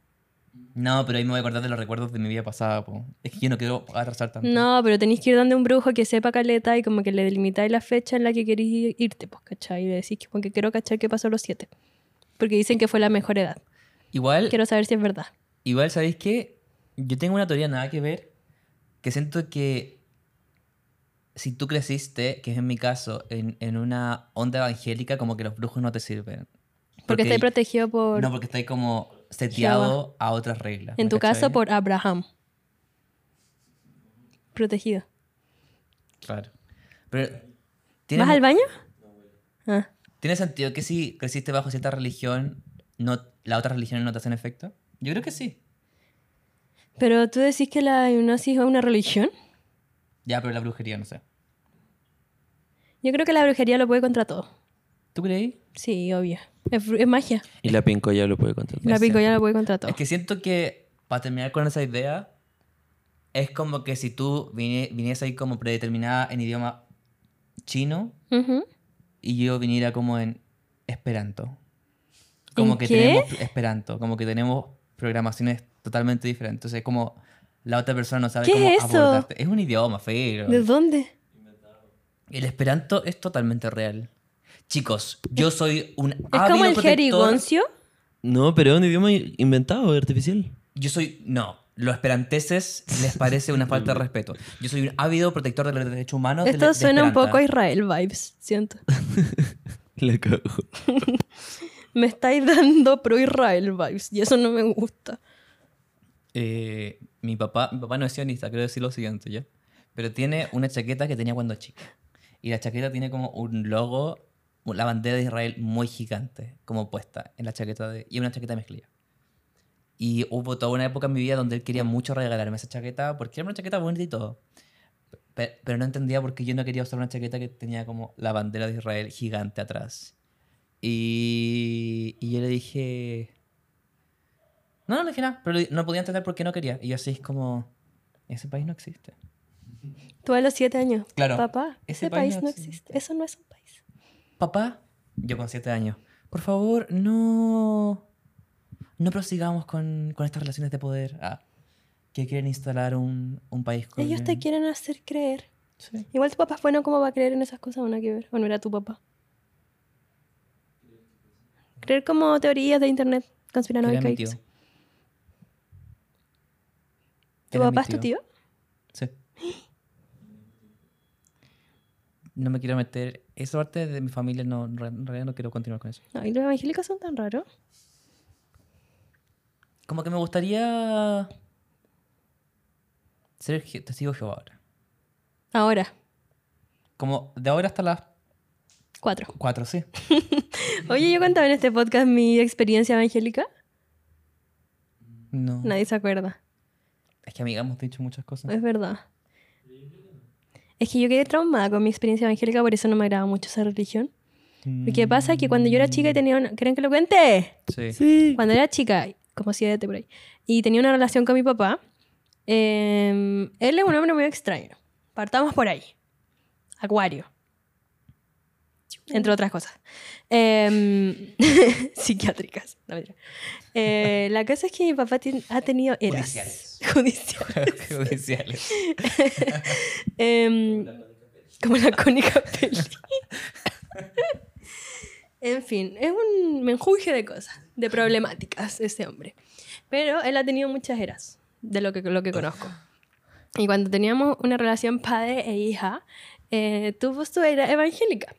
No, pero ahí me voy a acordar de los recuerdos de mi vida pasada. po. Es que yo no quiero atrasar tanto.
No, pero tenéis que ir donde un brujo que sepa caleta y como que le delimitáis la fecha en la que queréis irte, pues, ¿cachai? Y le decís que como que quiero cachar que pasó a los siete. Porque dicen que fue la mejor edad.
Igual,
Quiero saber si es verdad.
igual, ¿sabéis qué? Yo tengo una teoría nada que ver, que siento que si tú creciste, que es en mi caso, en, en una onda evangélica, como que los brujos no te sirven.
Porque, estáis protegido por.
No, porque estáis como seteado a otras reglas.
en
¿me
tu caso,
cachai?
por Abraham. Protegido.
Claro. Pero, ¿tiene,
¿Vas al baño? Ah.
¿Tiene sentido que si creciste bajo cierta religión, no, las otras religiones no te hacen efecto? Yo creo que sí.
Pero tú decís que la hipnosis es una religión.
Ya, pero la brujería, no sé.
Yo creo que la brujería lo puede contra todo.
¿Tú creí?
Sí, obvio. Es, fru- es magia.
Y la pinco ya lo puede contar.
La
Es
pico ya
cierto.
lo puede contra todo.
Es que siento que, para terminar con esa idea, es como que si tú vine- viniese ahí como predeterminada en idioma chino
Ujú.
y yo viniera como en esperanto. Como
¿En
que
qué?
tenemos esperanto, como que tenemos programaciones totalmente diferentes. Entonces, como la otra persona no sabe
¿Qué
cómo
es eso?
abordarte. Es un idioma, feo.
¿De dónde?
El esperanto es totalmente real. Chicos, yo soy un
Es
ávido
como el
protector-
jerigoncio.
No, pero es un idioma inventado, artificial.
Yo soy. No. Los esperanteses les parece una falta de respeto. Yo soy un ávido protector de los derechos humanos. de la-
Esto
de
suena un
Esperanta.
poco a Israel vibes, siento.
La cago.
Me estáis dando pro Israel vibes y eso no me gusta.
Eh, mi, papá, mi papá no es sionista, quiero decir lo siguiente ya. Pero tiene una chaqueta que tenía cuando chica. Y la chaqueta tiene como un logo, la bandera de Israel muy gigante, como puesta en la chaqueta de. Y una chaqueta mezclilla. Y hubo toda una época en mi vida donde él quería mucho regalarme esa chaqueta, porque era una chaqueta bonita y todo. Pe- Pero, no entendía por qué yo no quería usar una chaqueta que tenía como la bandera de Israel gigante atrás. Y, y yo le dije, no, no le dije nada, pero no podía entender por qué no quería. Y yo así es como, ese país no existe.
Tú a los siete años.
Claro.
Papá,
Ese
ese país no existe. Eso no es un país.
Papá, yo con siete años, por favor, no, no prosigamos con, con estas relaciones de poder. Ah, que quieren instalar un, un país con...
Ellos te quieren hacer creer.
Sí.
Igual tu papá es bueno, ¿cómo va a creer en esas cosas? Una que ver. O no era tu papá. Creer como teorías de internet
Que era
conspiranoicas.
mi tío.
¿Tu
Era mi
papá es tu tío?
Sí. No me quiero meter. Esa parte de mi familia no, en re- en realidad no quiero continuar con eso.
Ay, los evangélicos son tan raros.
Como que me gustaría ser je- testigo de Jehová ahora.
Ahora,
Como de ahora hasta las
cuatro.
cuatro, sí.
Oye, yo contaba en este podcast mi experiencia evangélica.
No.
Nadie Eh, se acuerda.
Es que amiga, hemos dicho muchas cosas.
Es verdad. Es que yo quedé traumada con mi experiencia evangélica, por eso no me agrada mucho esa religión. Lo que pasa es que cuando yo era chica y tenía una... ¿Creen que lo cuente?
Sí.
Sí.
Cuando era chica, como siete por ahí, y tenía una relación con mi papá, eh, él es un hombre muy extraño. Partamos por ahí. Acuario. Entre otras cosas. Eh, psiquiátricas. No, mentira. Eh, la cosa es que mi papá tien- ha tenido eras.
Judiciales.
Judiciales.
Judiciales.
Em, como la cónica peli. en fin, es un menjunje de cosas, de problemáticas ese hombre. Pero él ha tenido muchas eras, de lo que, lo que conozco. Y cuando teníamos una relación padre e hija, eh, tuvo su era evangélica.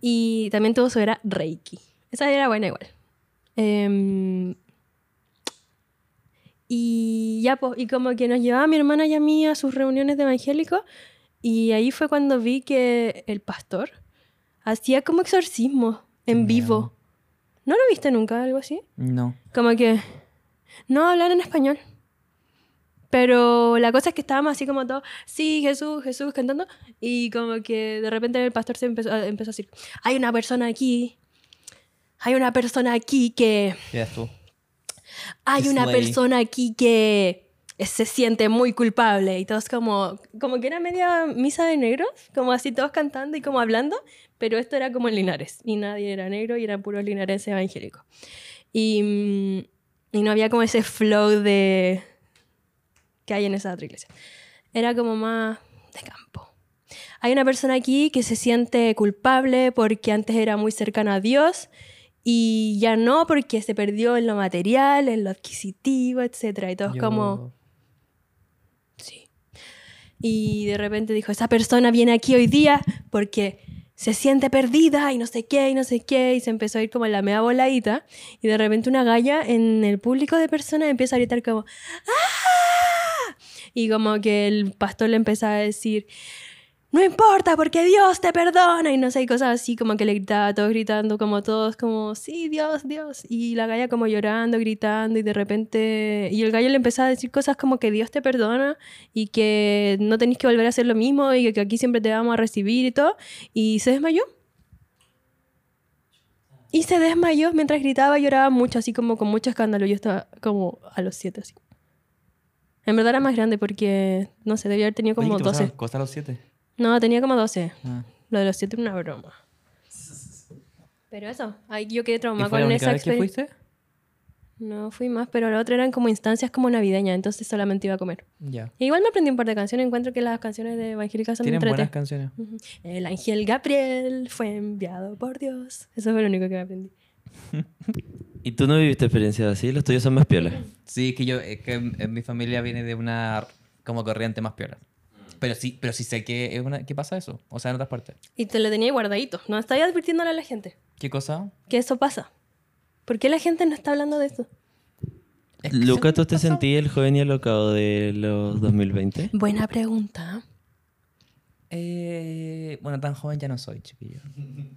Y también tuvo su era reiki. Esa era buena igual. Em, y ya, pues, y como que nos llevaba mi hermana y a mí a sus reuniones de evangélicos. Y ahí fue cuando vi que el pastor hacía como exorcismo en
Qué
vivo. ¿No lo viste nunca algo así?
No.
Como que no hablar en español. Pero la cosa es que estábamos así como todos, sí, Jesús, Jesús, cantando. Y como que de repente el pastor se empezó, a- empezó a decir, hay una persona aquí, hay una persona aquí que...
¿Qué eres tú?
hay
Es
una
ley.
persona aquí que se siente muy culpable y todos como como que era media misa de negros como así todos cantando y como hablando pero esto era como en Linares y nadie era negro y eran puros linares evangélicos y, mm, y no había como ese flow de que hay en esa otra iglesia era como más de campo hay una persona aquí que se siente culpable porque antes era muy cercana a Dios y ya no porque se perdió en lo material, en lo adquisitivo, etcétera Y todos como... Sí. Y de repente dijo, esa persona viene aquí hoy día porque se siente perdida y no sé qué, y no sé qué, y se empezó a ir como en la media voladita, y de repente una galla en el público de personas empieza a gritar como, "¡Ah!", Y como que el pastor le empezaba a decir, no importa porque Dios te perdona, y no sé, y cosas así, como que le gritaba, todos gritando, como todos, como, sí, Dios, Dios, y la galla como llorando, gritando, y de repente, y el gallo le empezaba a decir cosas como que Dios te perdona, y que no tenéis que volver a hacer lo mismo y que, que aquí siempre te vamos a recibir y todo. Y se desmayó. Y se desmayó mientras gritaba, lloraba mucho, así como con mucho escándalo. Yo estaba como a los siete, así. En verdad era más grande porque, no sé, debía haber tenido como 12.
Costa los siete.
No, tenía como 12.
Ah.
Lo de los siete era una broma. Pero eso, ay, yo quedé
¿Y
traumada
fue la
con
única
esa
vez que
experiencia.
fuiste?
No fui más, pero la otra eran como instancias como navideñas, entonces solamente iba a comer.
Ya.
E igual me aprendí un par de canciones, encuentro que las canciones de Evangélica son
Tienen
entrete.
buenas canciones.
Ujú. El ángel Gabriel fue enviado por Dios. Eso fue lo único que me aprendí.
¿Y tú no viviste experiencias así? Los tuyos son más piolas.
Sí, es que yo, es que en, en mi familia viene de una como corriente más piola. Pero sí, pero sí sé que, es una, que pasa eso. O sea, en otras partes.
Y te lo tenía ahí guardadito. No estáis advirtiéndole a la gente
¿Qué cosa?
que eso pasa. ¿Por qué la gente no está hablando de esto?
Es que
Luca,
siempre
¿tú te
pasa.
sentías el joven y alocado de los 2020?
Buena pregunta.
Eh, bueno, tan joven ya no soy, chiquillo.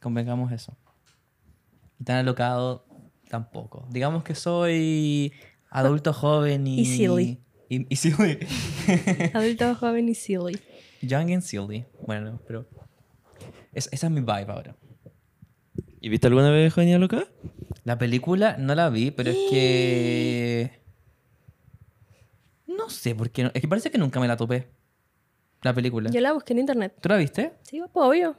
Convengamos eso. Y tan alocado tampoco. Digamos que soy adulto joven y...
Y silly.
Y, y silly.
Adulto, joven y silly.
Young and silly. Bueno, pero... es- esa es mi vibe ahora.
¿Y viste alguna vez joven y alocado?
La película no la vi, pero es que... No sé por qué. no- Es que parece que nunca me la topé. La película.
Yo la busqué en internet.
¿Tú la viste?
Sí, pues, obvio.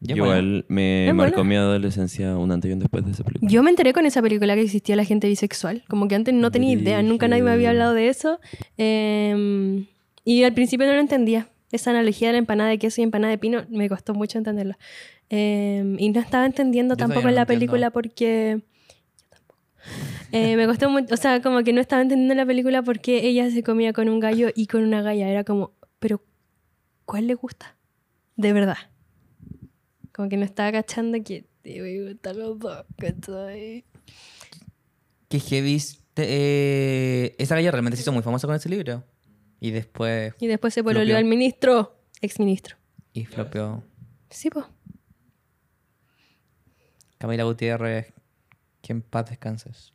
Ya, bueno.
Igual me
Es
marcó
buena.
mi adolescencia un antes y un después de esa película.
Yo me enteré con esa película que existía la gente bisexual. Como que antes no tenía idea, nunca nadie me había
Brígido.
hablado de eso. Eh, y al principio no lo entendía. Esa analogía de la empanada de queso y empanada de pino me costó mucho entenderla. Eh, y no estaba entendiendo
Yo
tampoco
todavía
en
no
la
entiendo.
película porque... Eh, me costó mucho, o sea, como que no estaba entendiendo la película porque ella se comía con un gallo y con una galla. Era como, pero ¿cuál le gusta? De verdad. Como que no estaba cachando que te voy a gustar los dos, ¿cachai?
Que heavy... te- eh, esa galla realmente se hizo muy famosa con ese libro. Y después...
Y después se
Flopeó.
pololeó al ministro, exministro.
Y flopeó.
Sí, po.
Camila Gutiérrez. Que en paz descanses.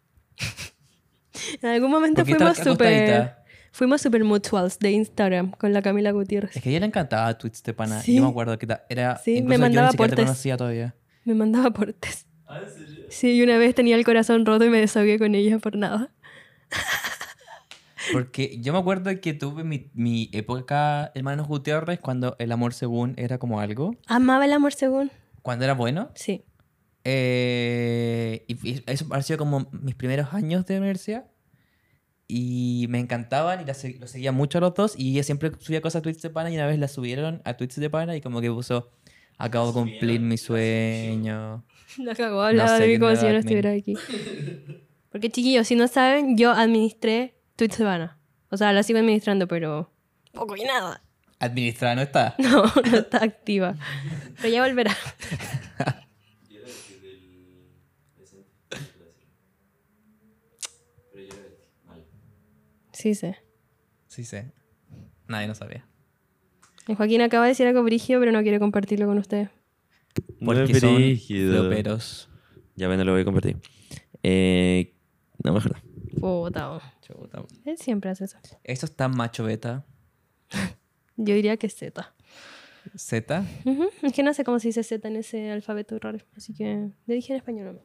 En algún momento
Porque está
fuimos súper...
acostadita.
Fuimos súper mutuals de Instagram con la Camila Gutiérrez.
Es que a ella le encantaba tweets de pana.
Sí.
Yo me acuerdo que ta- era...
Sí, me
incluso yo ni
mandaba
siquiera te
aportes.
conocía todavía.
Me mandaba aportes.
Ah, ¿en serio?
Sí, y una vez tenía el corazón roto y me desahogué con ella por nada.
Porque yo me acuerdo que tuve mi, mi época Hermanos Gutiérrez cuando el amor según era como algo,
Amaba el amor según.
cuando era bueno.
Sí.
Eh, y y eso ha sido como mis primeros años de universidad. Y me encantaban y la se- los seguía mucho a los dos. Y ella siempre subía cosas a Twitch de Pana y una vez la subieron a Twitch de Pana y como que puso, acabo de cumplir mi sueño.
La cagó, hablaba
sé
de mí
quién
como
era
si yo no
Batman.
estuviera aquí. Porque chiquillos, si no saben, yo administré Twitch Sabana. O sea, la sigo administrando, pero poco y nada.
Administrada no está.
No, no está activa. Pero ya volverá.
Yo era el del decente. por decirlo así. Pero yo era el malo.
Sí, sé.
Sí sé. Nadie no sabía.
El Joaquín acaba de decir algo brígido, pero no quiere compartirlo con ustedes.
Porque son
brígido.
floperos.
Ya ven, lo voy a compartir. Eh, no, mejor no.
Puta. oh.
Chuta.
Él siempre hace eso.
Esto es tan macho beta.
Yo diría que es Z.
Z.
Ujú, Es que no sé cómo se dice Z en ese alfabeto raro. Así que le dije en español nomás.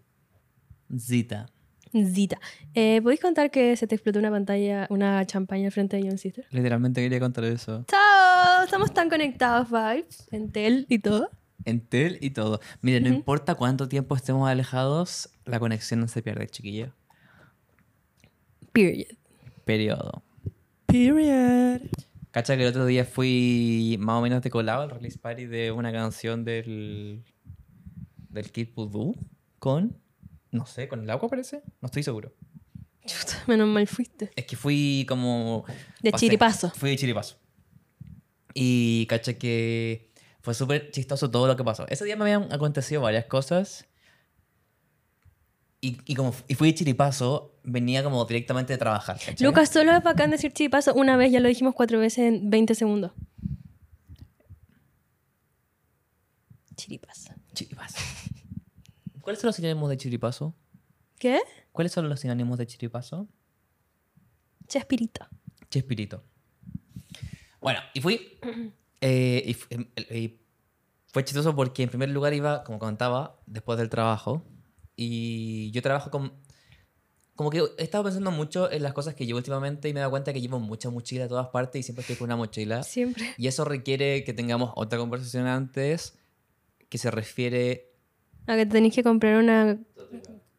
Zita.
Zita. Eh, ¿Podéis contar que se te explotó una pantalla, una champaña al frente de John Sister?
Literalmente quería contar eso.
¡Chao! Estamos tan conectados, vibes. Entel y todo.
Entel y todo. Mire, no importa cuánto tiempo estemos alejados, la conexión no se pierde, chiquillo.
Period.
Periodo.
Period.
Cacha que el otro día fui más o menos de colado al release party de una canción del. del Kid Voodoo con. no sé, con el agua parece. No estoy seguro.
Chuta, menos mal fuiste.
Es que fui como.
De
pasé-
chiripazo.
Fui de chiripazo. Y caché que fue súper chistoso todo lo que pasó. Ese día me habían acontecido varias cosas. Y, y como f- y fui de chiripazo, venía como directamente de trabajar. ¿cachai?
Lucas, solo es bacán decir chiripazo una vez, ya lo dijimos cuatro veces en 20 segundos. Chiripazo.
Chiripazo. ¿Cuáles son los sinónimos de chiripazo?
¿Qué?
¿Cuáles son los sinónimos de chiripazo?
Chaspirito.
Chespirito. Bueno, y fui. eh, y, fu- em, el- y fue chistoso porque en primer lugar iba, como contaba, después del trabajo. Y yo trabajo con... Como que he estado pensando mucho en las cosas que llevo últimamente y me he dado cuenta que llevo mucha mochila a todas partes y siempre estoy con una mochila.
Siempre.
Y eso requiere que tengamos otra conversación antes que se refiere
A que tenéis que comprar una.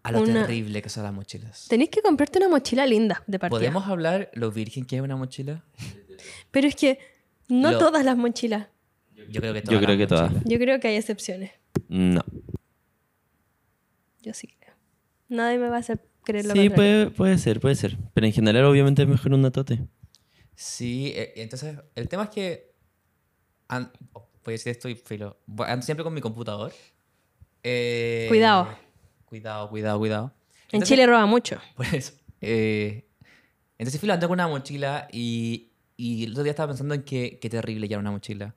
a lo
Una-
terrible que son las mochilas.
Tenéis que comprarte una mochila linda de partida.
¿Podemos hablar lo virgen que es una mochila?
Pero es que no
Lo-
todas las mochilas.
Yo creo que todas.
Yo creo
las
que todas.
mochilas.
Yo creo que hay excepciones.
No.
Yo sí creo. Nadie me va a hacer creer lo
Sí,
contrario.
pues,
puede, puede ser, puede ser. Pero en general, obviamente, es mejor un atote.
Sí, eh, entonces el tema es que. an- oh, voy a decir esto y filo. Bu- Ando siempre con mi computador. Eh,
Cuidado.
Cuidado, cuidado, cuidado.
En
Entonces-
Chile roba mucho.
Por eso. eh, entonces filo ando con una mochila y, y el otro día estaba pensando en que qué terrible llevar una mochila.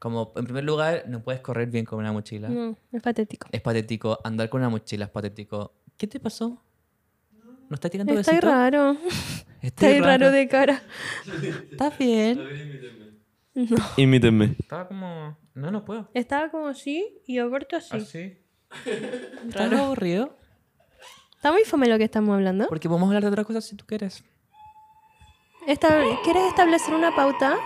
Como, en primer lugar, no puedes correr bien con una mochila.
No, Mm, es patético.
Es patético. Andar con una mochila es patético. ¿Qué te pasó? ¿No estás tirando
Está ahí
besito?
raro.
Estoy
Está ahí raro de cara.
Estás bien.
No.
Imítenme.
Estaba como... No, no puedo.
Estaba como así y Alberto así.
Así. ¿Estás
Raro. ¿Ah?
aburrido?
Está muy fome lo que estamos hablando.
Porque podemos hablar de otras cosas si tú quieres.
Esta- ¿Quieres establecer una pauta?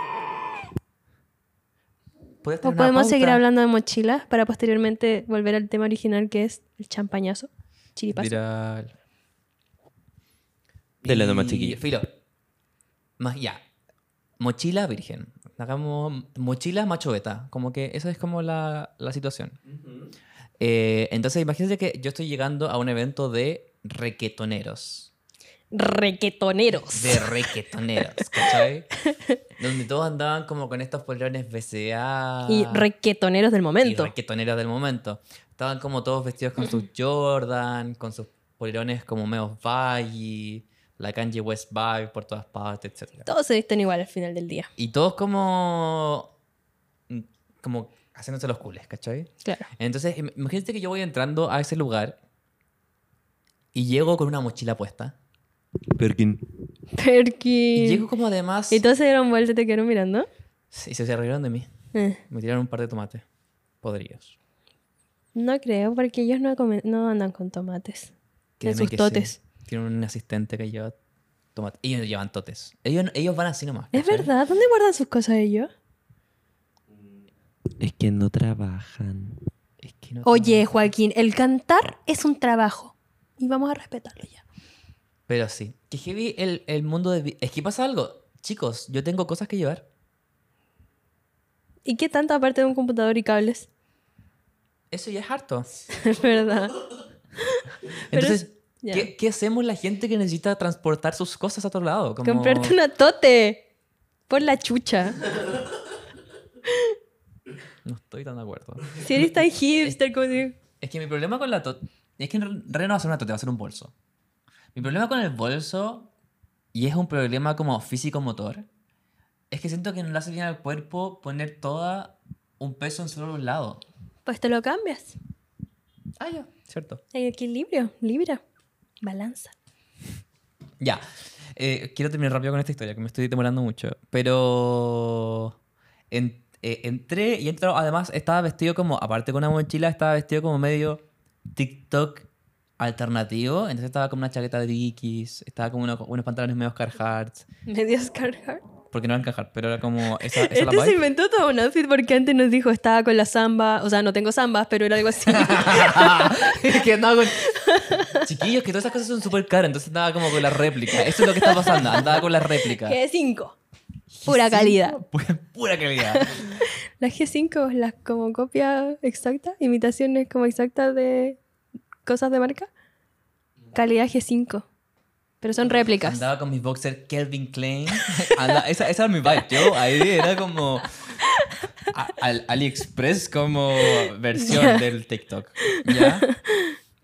Puedes
¿O
tener una
podemos seguir
pauta.
hablando de mochilas para posteriormente volver al tema original que es el champañazo? Chiripazo.
Viral.
Dele nomás,
Y-
chiquillo.
Filo. Más ya. Mochila virgen. Hagamos mochila macho beta. Como que esa es como la, la situación. Eh, entonces imagínense que yo estoy llegando a un evento de requetoneros.
Requetoneros.
de requetoneros, ¿cachai? Donde todos andaban como con estos polerones BCA
Y requetoneros del
Ah. y
momento.
requetoneros del momento. Estaban como todos vestidos con sus Jordan, con sus polerones como meos baggy, la Kanye West vibe por todas partes, etc.
Todos se visten igual al final del día.
Y todos como... mm, como haciéndose los cules, ¿cachai?
Claro.
Entonces, im- imagínate que yo voy entrando a ese lugar y llego con una mochila puesta.
Perkin.
Y
Perky.
llego como además...
Y todos se dieron vuelta y te quedaron mirando.
Y se rieron de mí.
Eh,
Me tiraron un par de tomates podridos.
no creo, porque ellos no, comen- no andan con tomates.
Ah, Créeme
sus
que sí.
totes.
Tienen un asistente que lleva tomates. Ellos no llevan totes. Ellos, ellos van así nomás.
Es
¿cachai?
verdad, ¿dónde guardan sus cosas ellos?
Es que no trabajan.
Es que no-
Oye, Joaquín, el cantar es un trabajo. Y vamos a respetarlo ya.
Pero sí. Que heavy el, el mundo de... vi- Es que pasa algo. Chicos, yo tengo cosas que llevar.
¿Y qué tanto aparte de un computador y cables?
Eso ya es harto.
Es verdad.
Entonces,
ya.
¿qué, qué hacemos la gente que necesita transportar sus cosas a otro lado? Como-
Comprarte una tote. Por la chucha.
No estoy tan de acuerdo.
Si eres tan hipster como si-
Es que mi problema con la tot... Es que en re- realidad no va a ser una tote, va a ser un bolso. Mi problema con el bolso, y es un problema como físico-motor, es que siento que no le hace bien al cuerpo poner toda un peso en solo un lado.
Pues te lo cambias.
Ah, ya. Cierto.
Hay equilibrio, libra, balanza.
Ya. Eh, quiero terminar rápido con esta historia, que me estoy demorando mucho. Pero en- eh, entré y entró, además estaba vestido como, aparte con una mochila, estaba vestido como medio TikTok alternativo. Entonces estaba con una chaqueta de Dickies, estaba con uno- unos pantalones medio Carhartt,
Medio Scar Hart.
porque no eran Carhartt, pero era como esa, esa la
Este se
vibe.
inventó todo un outfit porque antes nos dijo estaba con la samba. O sea, no tengo sambas, pero era algo así.
que andaba con... Chiquillos, que todas esas cosas son súper caras, entonces andaba como con la réplica. Eso es lo que está pasando, andaba con la réplica.
G5. Pura calidad.
Pura, pura calidad.
La G5 es la como copia exacta, imitaciones como exactas de cosas de marca. Calidad G5. Pero son réplicas.
Andaba con mis boxers Kelvin Klein. Anda- esa, esa era mi vibe. Yo ahí era como a- al- AliExpress como versión
Ya.
del TikTok. ¿Ya?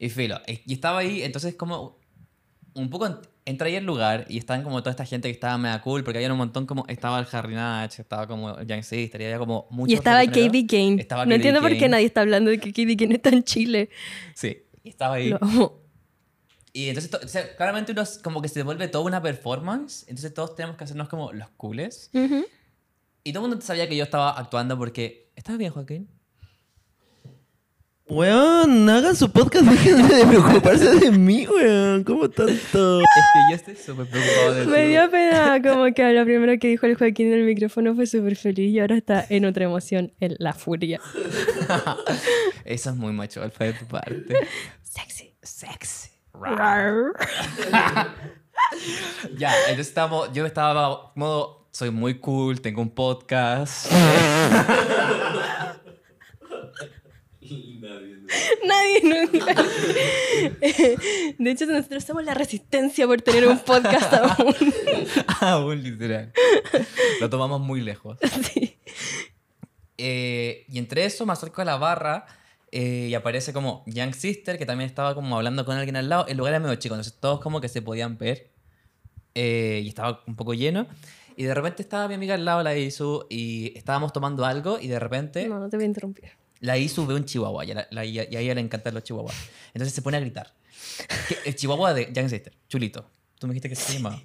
Y filo. eh, Y y estaba ahí, entonces como un poco ent- entré ahí al lugar y estaban como toda esta gente que estaba mega cool porque había un montón como estaba el Harry Natch, estaba como el Young Sister, y había como muchos
Y estaba
reggaetoneros.
KB Kane.
Estaba
no
K.D.
entiendo por qué
Kane.
nadie está hablando de que KB Kane está en Chile.
Sí. Y estaba ahí.
Lo amo.
Y entonces, to- o sea, claramente uno es- como que se vuelve toda una performance. Entonces todos tenemos que hacernos como los cooles.
Ujú.
Y todo el mundo sabía que yo estaba actuando porque... ¿Estás bien, Joaquín?
Weón, hagan su podcast, déjense de preocuparse de mí, weón. ¿Cómo tanto?
Es que yo estoy súper preocupado de
Me
ti.
dio pena como que lo primero que dijo el Joaquín en el micrófono fue súper feliz y ahora está en otra emoción, en la furia.
Eso es muy macho, alfa de tu parte.
Sexy.
Sexy.
Rar.
Ya, entonces estamos, yo estaba modo... Soy muy cool, tengo un podcast.
Nadie, no.
Nadie nunca. De hecho, nosotros somos la resistencia por tener un podcast aún.
Aún Ah, literal. Lo tomamos muy lejos.
Sí.
Eh, y entre eso me acerco a la barra eh, y aparece como Young Sister, que también estaba como hablando con alguien al lado. El lugar era medio chico, entonces todos como que se podían ver. Eh, y estaba un poco lleno. Y de repente estaba mi amiga al lado, la Isu, y estábamos tomando algo y de repente
No, no te voy a interrumpir.
la Isu ve un chihuahua y a, la- la- y a- y a ella le encantan los chihuahuas. Entonces se pone a gritar. Que- El chihuahua de Young Sister, chulito. Tú me dijiste que se llamaba.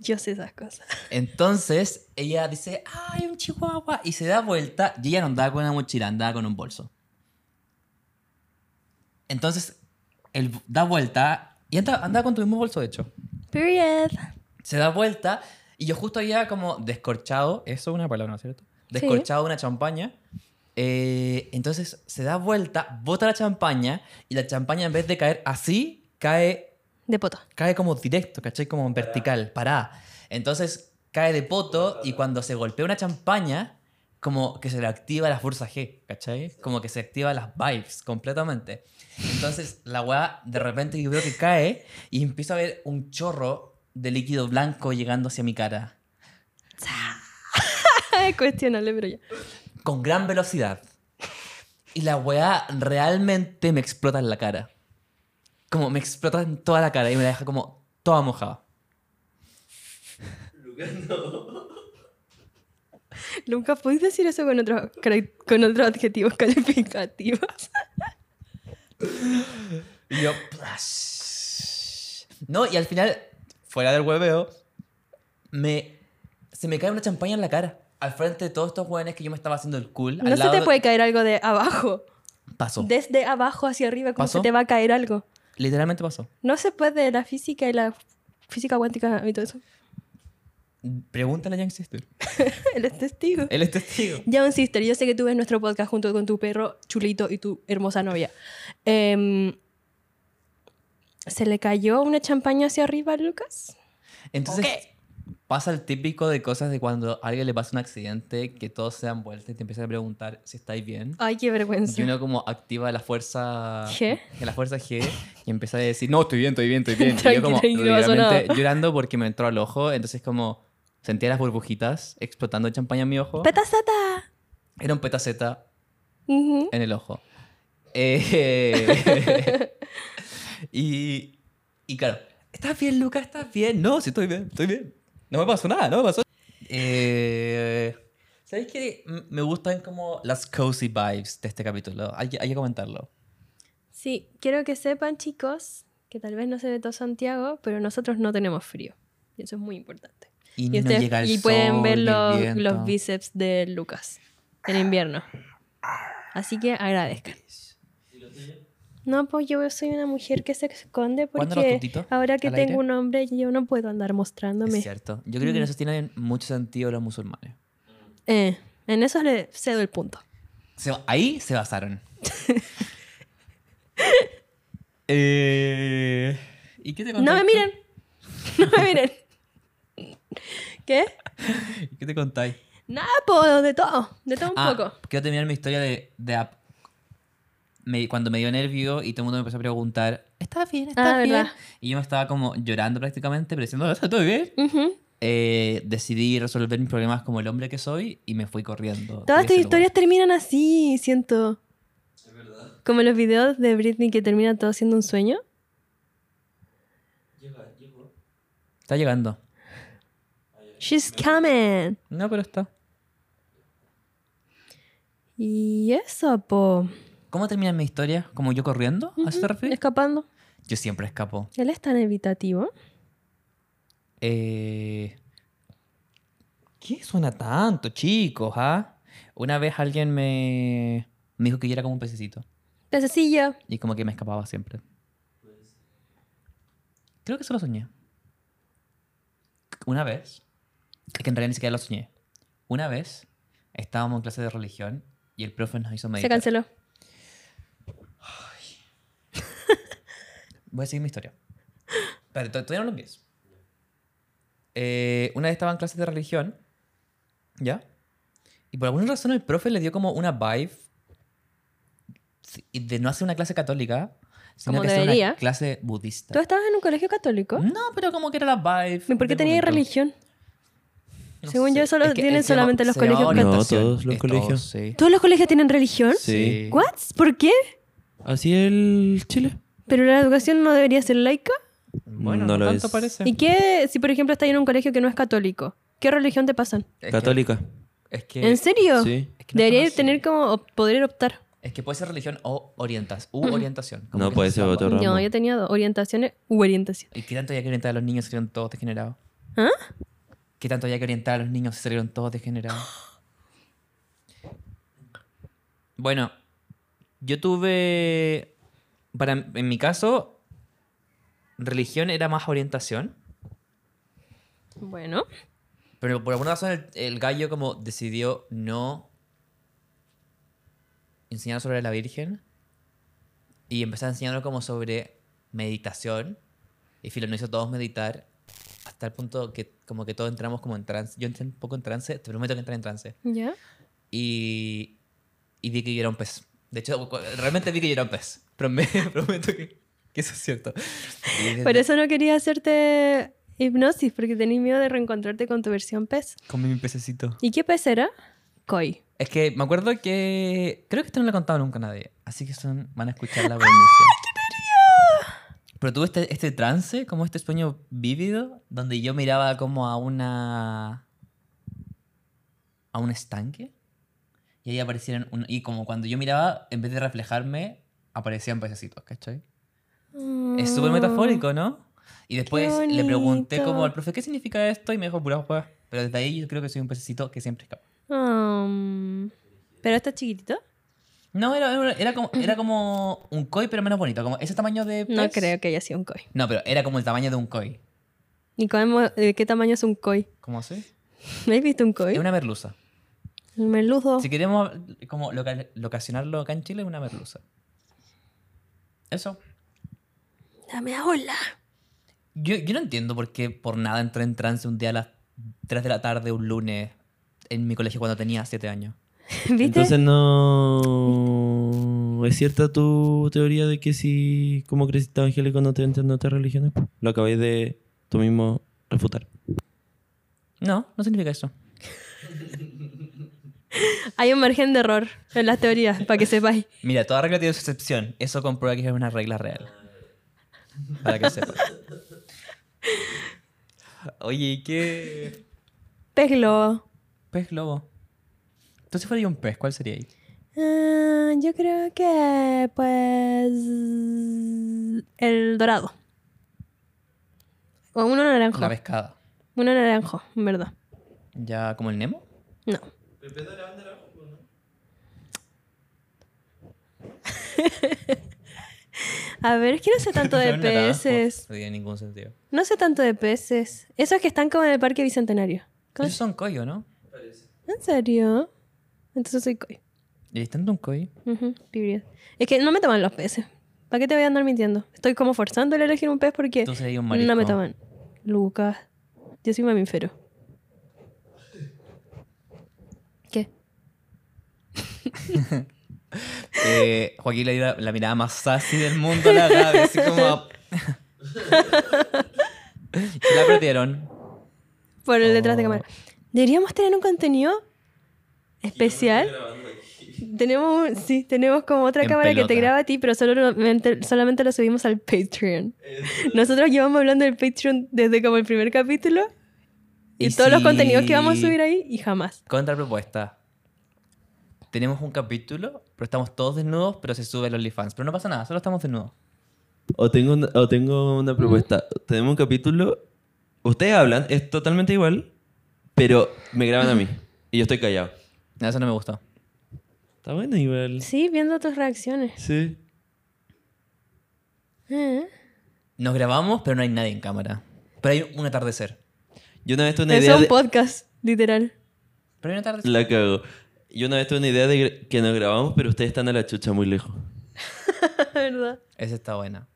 Yo sé esas cosas.
Entonces ella dice, ¡ay, un chihuahua! Y se da vuelta y ella no andaba con una mochila, andaba con un bolso. Entonces él da vuelta y anda- andaba con tu mismo bolso, de hecho.
Period.
Se da vuelta y yo justo había como descorchado, eso es una palabra, ¿no es ¿cierto?
Sí.
Descorchado una champaña. Eh, entonces se da vuelta, bota la champaña y la champaña en vez de caer así, cae
De poto.
cae como directo, ¿cachai? Como en vertical, pará. Entonces cae de poto y cuando se golpea una champaña, como que se le activa la fuerza G, ¿cachai? Como que se activa las vibes completamente. Entonces la weá, de repente yo veo que cae y empiezo a ver un chorro de líquido blanco llegando hacia mi cara,
Es cuestionable, pero ya.
con gran velocidad. Y la weá realmente me explota en la cara. Como me explota en toda la cara y me la deja como toda mojada.
Nunca podéis decir eso con otros con otro adjetivos calificativos.
Y yo, plash. No, y al final, fuera del hueveo, me, se me cae una champaña en la cara. Al frente de todos estos jóvenes que yo me estaba haciendo el cool. al
No se
lado
te
de-
puede caer algo de abajo.
Pasó.
Desde abajo hacia arriba, como
¿Pasó?
se te va a caer algo.
Literalmente pasó.
No se puede la física y la física cuántica y todo eso.
Pregúntale a Young Sister.
Él es testigo.
Él es testigo.
John Sister, yo sé que tú ves nuestro podcast junto con tu perro chulito y tu hermosa novia. Em, ¿Se le cayó una champaña hacia arriba a Lucas?
Entonces, pasa el típico de cosas de cuando a alguien le pasa un accidente, que todos se dan vuelta y te empiezan a preguntar si estáis bien.
Ay, qué vergüenza.
Y uno como activa la fuerza
¿G?
La fuerza G y empieza a decir, no, estoy bien, estoy bien, estoy bien. y
Tranqui,
yo como
tranqui, no pasó
literalmente
nada.
llorando porque me entró al ojo. Entonces como sentía las burbujitas explotando de champaña en mi ojo.
¡Petazata!
Era un petaceta
Ujú.
en el ojo. Eh, y, y claro, ¿estás bien, Luca? ¿Estás bien? No, sí, estoy bien, estoy bien. No me pasó nada, no me pasó. Eh, ¿Sabéis qué? M- Me gustan como las cozy vibes de este capítulo. Hay que, hay que comentarlo.
Sí, quiero que sepan, chicos, que que tal vez no se ve todo Santiago, pero nosotros no tenemos frío. Y eso es muy importante.
Y,
Y,
no
ustedes-
llega el
y pueden
sol,
ver
ni el
los,
viento.
los bíceps de Lucas en invierno. Así que agradezcan. No, pues yo soy una mujer que se esconde
¿Cuándo los
porque
tutitos?
ahora que
¿Al aire?
tengo un hombre yo no puedo andar
Es
mostrándome.
cierto. Yo creo que en
Mm.
eso tienen mucho sentido los musulmanes.
Eh, en eso le cedo el punto.
Se- ahí se basaron. Eh, ¿Y qué te
No me
contáis tú?
miren. No me miren. ¿Qué?
¿Qué te contáis?
Nada, po, de todo. De todo un
Ah,
poco.
quiero terminar mi historia de, de ap- me- cuando me dio nervio y todo el mundo me empezó a preguntar, ¿estás bien? ¿Estás
Ah,
bien?
verdad.
Y yo me estaba como llorando prácticamente, pero diciendo, ¿está todo bien?
Ujú.
Eh, decidí resolver mis problemas como el hombre que soy y me fui corriendo. de
Todas
ese
tus
lugar.
historias terminan así, siento. Como los videos de Britney que termina todo siendo un sueño.
Llega, llegó.
Está llegando.
She's coming.
No, pero está.
Y eso, po.
¿Cómo termina mi historia? ¿Como yo corriendo? ¿A eso te refieres?
Escapando.
Yo siempre escapo.
Él es tan evitativo.
Eh, ¿Qué suena tanto, chicos? ah? Una vez alguien me, me dijo que yo era como un pececito.
Pececillo.
Y como que me escapaba siempre. Creo que eso lo soñé. Una vez. Es que en realidad ni siquiera lo soñé. Una vez estábamos en clase de religión y el profe nos hizo
Se
meditar.
canceló.
Voy a seguir mi historia. Pero to- todavía no lo empiezo. Eh, una vez estaba en clases de religión, ¿ya? Y por alguna razón el profe le dio como una vibe de no hacer una clase católica, sino
Como
que hacer
debería.
una clase budista.
¿Tú estabas en un colegio católico?
No, pero como que era la vibe.
¿Y por qué
del
tenías
momento.
religión?
No
Según yo, solo tienen
se llama-
solamente los
se llama
colegios
No,
orientación.
todos los
Eh,
colegios.
sí.
¿Todos los colegios tienen religión?
Sí.
¿What? ¿Por qué?
Así el Chile.
¿Pero la educación no debería ser laica?
Bueno,
No
no,
lo
tanto
es.
parece.
¿Y qué si, por ejemplo, estás en un colegio que no es católico? ¿Qué religión te pasan?
Es que-
Católica.
Es que,
¿En serio?
Sí.
Eh, es que no
Debería
es tan
tener
así.
como op- poder optar.
Es que puede ser religión o orientas. U orientación. como
No,
que
puede
se
ser
salva.
otro ramo.
No, yo tenía dos, orientaciones u orientación.
¿Y qué tanto había que orientar a los niños si salieron todos degenerados?
¿Ah?
¿Qué tanto había que orientar a los niños si salieron todos degenerados? Bueno, yo tuve. Para, en mi caso, religión era más orientación.
Bueno,
Pero por alguna razón el, el gallo como decidió no enseñar sobre la Virgen y empezó a enseñarlo como sobre meditación y Filo nos hizo a todos meditar hasta el punto que como que todos entramos como en trance. Yo entré un poco en trance, te prometo que entré en trance.
¿ya?
Y, y vi que yo era un pez. De hecho, cu- realmente vi que yo era un pez. Pero me prometo que, que eso es cierto. Y desde-
Por eso no quería hacerte hipnosis, porque tenía miedo de reencontrarte con tu versión pez.
Comí mi pececito.
¿Y qué pez era? Koi.
Es que me acuerdo que. Creo que esto no lo he contado nunca a nadie. Así que son, van a escuchar la bendición. Pero tuve este, este trance, como este sueño vívido, donde yo miraba como a una. a un estanque. Y ahí aparecieron. un- y como cuando yo miraba, en vez de reflejarme, aparecían pececitos, ¿cachai? Es súper metafórico, ¿no? Y después le pregunté como
Mm. bonito.
al profe, ¿qué significa esto? Y me dijo, pura juega. Pero desde ahí yo creo que soy un pececito que siempre escapa.
Am, Um, ¿Pero está chiquitito?
No, era, era, era como, era como un koi, pero menos bonito. Como ese tamaño de.
No
pez.
creo que haya sido un koi.
No, pero era como el tamaño de un koi.
¿Y cómo- de qué tamaño es un koi?
¿Cómo así?
¿No has visto un koi? Oh.
Es una merluza.
El merluzo.
Si queremos como loca- locacionarlo acá en Chile, es una merluza. Eso.
Dame la bola.
Yo, yo no entiendo por qué por nada entré en trance un día a las 3 de la tarde, un lunes, en mi colegio cuando tenía 7 años.
¿Viste?
Entonces no... ¿Es cierta tu teoría de que si como creciste evangélico no te entran otras religiones? Lo acabáis de tú mismo refutar.
No, no significa eso.
Hay un margen de error en las teorías, para que sepáis.
Mira, toda regla tiene su excepción. Eso comprueba que es una regla real. Para que sepas. Oye, ¿y qué
Pez globo.
pez globo? Tú si fueras un pez, ¿cuál sería ahí?
Ah, yo creo que, pues. El dorado. O uno naranjo.
La pescada.
Uno naranjo, en verdad.
Ya como el Nemo.
No. A ver, es que no sé tanto de
Saben naranjo,
peces.
No tiene ningún sentido.
No sé tanto de peces. Esos que están como en el Parque Bicentenario. ¿Cómo
Esos son coyo, ¿no?
se- ¿En serio? Entonces soy coy.
¿Y están de un coyo?
Ujú, period. Es que no me toman los peces. ¿Para qué te voy a andar mintiendo? Estoy como forzándole a elegir un pez porque
Entonces hay un marisco.
no me toman. Lucas, yo soy mamífero. ¿Qué?
Eh, Joaquín le dio la, la mirada más sassy del mundo a la Gaby, así como... la perdieron.
Por el detrás de
Oh.
cámara. Deberíamos tener un contenido especial. Tenemos, un- sí, tenemos como otra
En
cámara que te
pelota.
graba a ti, pero solamente, solamente lo subimos al Patreon. Nosotros llevamos hablando del Patreon desde como el primer capítulo y,
Y
todos los contenidos que vamos a
sí.
subir ahí y jamás.
Contrapropuesta. Tenemos un capítulo, pero estamos todos desnudos, pero se sube el OnlyFans. Pero no pasa nada, solo estamos desnudos.
O tengo una, o tengo una propuesta. Tenemos un capítulo. Ustedes hablan, es totalmente igual, pero me graban a mí. Y yo estoy callado.
No, eso no me gustó.
Está bueno igual.
Sí, viendo tus reacciones.
Sí.
Ah.
Nos grabamos, pero no hay nadie en cámara. Pero hay un atardecer.
Yo una vez tuve una
Eso es
idea.
un
de-
podcast, literal.
Pero hay un atardecer.
La cago. Yo una vez tuve una idea de gra- que nos grabamos, pero ustedes están a la chucha muy lejos.
¿Verdad?
Esa está buena.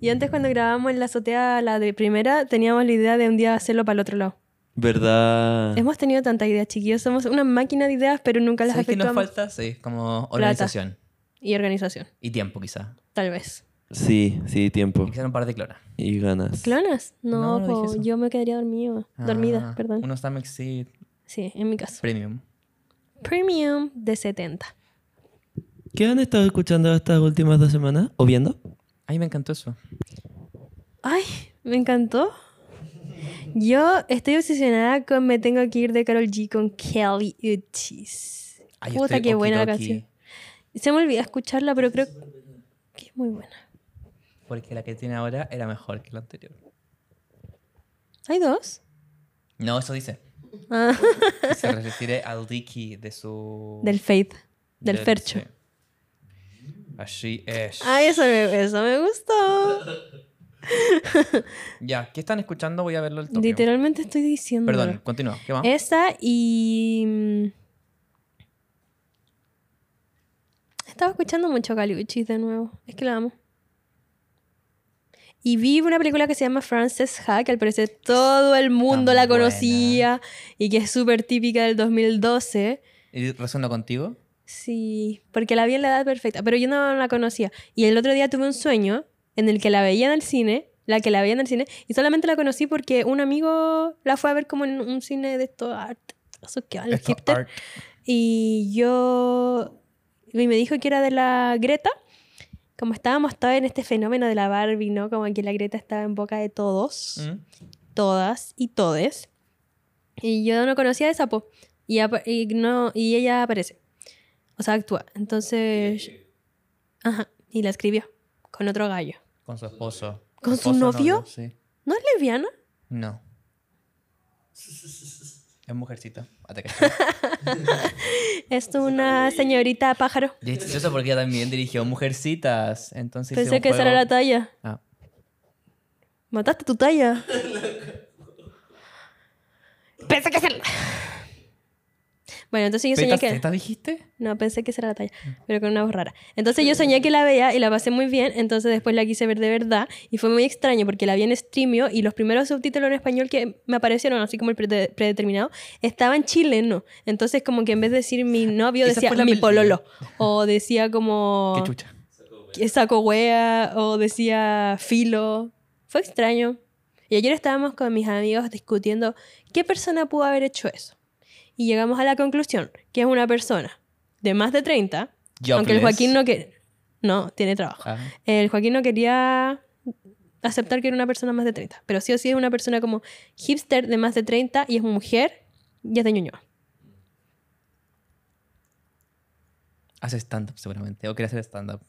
Y antes cuando grabábamos en la azotea, la de primera, teníamos la idea de un día hacerlo para el otro lado.
¿Verdad?
Hemos tenido tanta idea, chiquillos. Somos una máquina de ideas, pero nunca las
¿Sabes qué nos
efectuamos.
falta? Sí, como organización.
Y organización,
Y tiempo, quizá.
tal vez.
Sí, sí, tiempo.
Y quizá un par de clonas.
Y ganas.
¿Clonas? No,
No, no dije
po,
eso.
yo me quedaría dormido. dormida,
Ah,
perdón.
Unos Tamex sí,
Sí, en mi caso.
Premium.
Premium de 70.
¿Qué han estado escuchando estas últimas dos semanas? ¿O viendo?
Ay, me encantó eso.
Ay, me encantó. Yo estoy obsesionada con Me Tengo que ir de Carol G con Kelly Uchis.
Ay, yo
Puta,
estoy
qué buena la
okidoki,
canción. Se me olvidó escucharla, pero creo que es muy buena.
Porque la que tiene ahora era mejor que la anterior.
¿Hay dos?
No, eso dice.
Ah,
Se refiere al Dicky de su.
del Faith, del, Fercho. Ah.
sí. Así es.
Ay, eso me, eso me gustó.
Ya, ¿qué están escuchando? Voy a verlo el toque.
Literalmente Eh. estoy diciendo.
Perdón, continúa. ¿Qué más?
Esa y. mm, Estaba escuchando mucho Caliuchis de nuevo. Es que la amo. Y vi una película que se llama Frances Ha, que al parecer todo el mundo
Tan
la
buena.
conocía y que es súper típica del 2012.
¿Y ¿Resuena contigo?
Sí, porque la vi en la edad perfecta, pero yo no la conocía. Y el otro día tuve un sueño en el que la veía en el cine, la que la veía en el cine, y solamente la conocí porque un amigo la fue a ver como en un cine de estos art, esos que van los
Esto,
hipster.
art.
Y yo. Y me dijo que era de la Greta. Como estábamos todos en este fenómeno de la Barbie, ¿no? Como que la Greta estaba en boca de todos,
Mm.
todas y todes. Y yo no conocía de sapo. Y, apa- y no, y ella aparece. O sea, actúa. Entonces. Ajá. Y la escribió. Con otro gallo.
Con su esposo.
¿Con su
Esposo,
novio?
Sí.
¿No es lesbiana?
No. Es mujercita. Ah, te caché.
Es una señorita pájaro.
Y es chistoso porque ella también dirigió Mujercitas. Entonces
Pensé
hicimos
que esa era
juego.
la talla.
Ah.
Mataste tu talla. pensé que ser. Bueno, entonces yo soñé
¿Tetas-
que.
tetas dijiste?
No, pensé que esa era la talla,
Mm.
pero con una voz rara. Entonces yo soñé que la veía y la pasé muy bien, entonces después la quise ver de verdad y fue muy extraño porque la vi en Streamio y los primeros subtítulos en español que me aparecieron, así como el prede- predeterminado, estaban chileno. Entonces como que en vez de decir mi novio
Esa
decía
fue la
mi
pel-
pololo o decía como
Qué chucha.
que saco wea o decía filo. Fue extraño. Y ayer estábamos con mis amigos discutiendo qué persona pudo haber hecho eso. Y llegamos a la conclusión que es una persona de más de 30,
Jobless.
aunque el Joaquín no que no tiene trabajo.
Ah.
El Joaquín no quería aceptar que era una persona más de 30, pero sí o sí es una persona como hipster de más de 30 y es mujer y es de Ñuñoa.
Hace stand-up seguramente. O quiere hacer stand-up.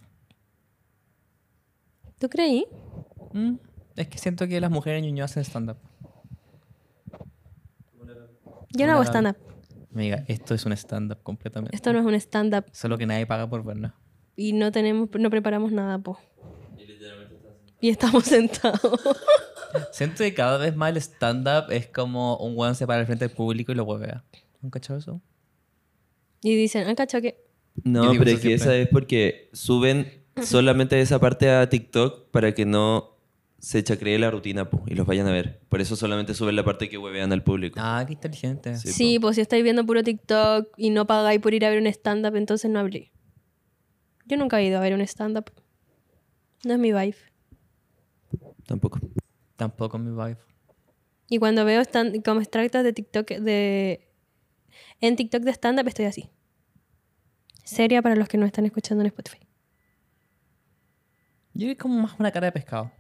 ¿Tú creí?
Mm. Es que siento que las mujeres en Ñuñoa hacen stand-up.
Yo no hago
Hola.
stand-up.
Amiga, esto es un stand-up completamente.
Esto no es un stand-up.
Solo que nadie paga por vernos.
Y no tenemos, no preparamos nada, po.
Y literalmente estás así.
Y estamos sentados.
Siento que cada vez más el stand-up es como un weón se para al frente del público y lo huevea. ¿Han cachado eso?
y dicen, ah, cacho que.
Yo
No,
digo
pero
eso
es que esa
siempre.
es porque suben solamente esa parte a TikTok para que no se chacree la rutina po, y los vayan a ver. Por eso solamente suben la parte que huevean al público.
Ah, qué inteligente.
Sí,
Sí,
po.
pues si estáis viendo puro TikTok y no pagáis por ir a ver un stand-up, entonces no hablé. Yo nunca he ido a ver un stand-up. No es mi vibe.
Tampoco.
Tampoco mi vibe.
Y cuando veo stand como extractos de TikTok de en TikTok de stand up estoy así. Seria para los que no están escuchando en Spotify.
Yo vi como más una cara de pescado.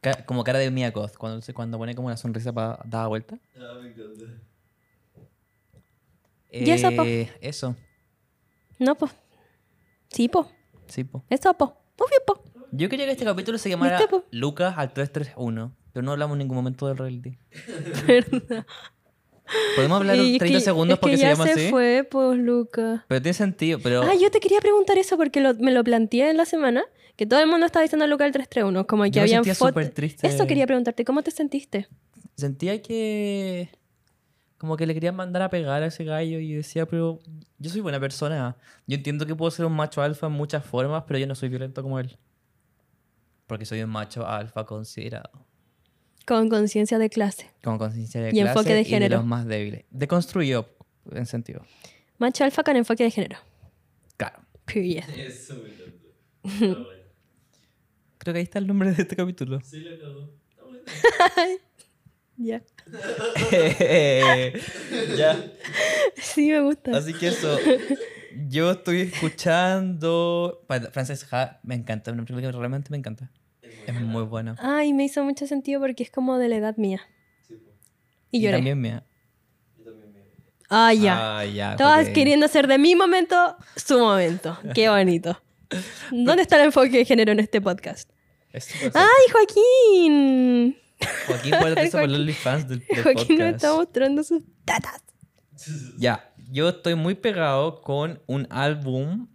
Ca- como cara de Mia Goth, cuando, se- cuando pone como una sonrisa para dar vuelta.
Ah, me encanta.
Y eso, po.
Eh, Eso,
No, po. Sí, po.
sí, po.
Eso, po. Obvio, po.
Yo quería que este capítulo se llamara
¿Viste, po?
Lucas al 331, pero no hablamos en ningún momento del reality. Podemos hablar
Y
un
es
30
que-
segundos
es que
porque se
ya
llama
se
así.
fue, pues, Luca.
Pero tiene sentido, pero
Ah, yo te quería preguntar eso porque lo- me lo planteé en la semana. Que todo el mundo estaba diciendo Luca el 331. Como que
Yo me
habían
sentía
fotos.
súper triste.
Eso quería preguntarte. ¿Cómo te sentiste?
sentía que como que le querían mandar a pegar a ese gallo y decía, pero yo soy buena persona. Yo entiendo que puedo ser un macho alfa en muchas formas, pero yo no soy violento como él. Porque soy un macho alfa considerado.
Con conciencia de clase.
Con conciencia de
Y
clase
enfoque de
y de
género.
los más débiles. Deconstruido, en sentido.
Macho alfa con enfoque de género.
Claro.
Period.
Eso me encanta. Está bueno.
Creo que ahí está el nombre de este capítulo.
Sí, la acabó. Está bueno.
Ya.
ya.
Sí, me gusta.
Así que eso. Yo estoy escuchando. Pa- Frances Ha, me encanta. Una película que realmente me encanta. Es muy buena.
Ay, me hizo mucho sentido porque es como de la edad mía.
Sí, po.
Y lloré.
pues. también mía.
Yo también me.
Ah, ya.
Ah, ya.
Estabas
porque-
queriendo hacer de mi momento su momento. Qué bonito. ¿Dónde está el enfoque de género en este podcast?
Es súper-
¡Ay, Joaquín!
Joaquín puede hacer sobre
Ah, Joaquín-
los OnlyFans del, del
Joaquín nos
podcast.
está mostrando sus tatas.
Ya. Yo estoy muy pegado con un álbum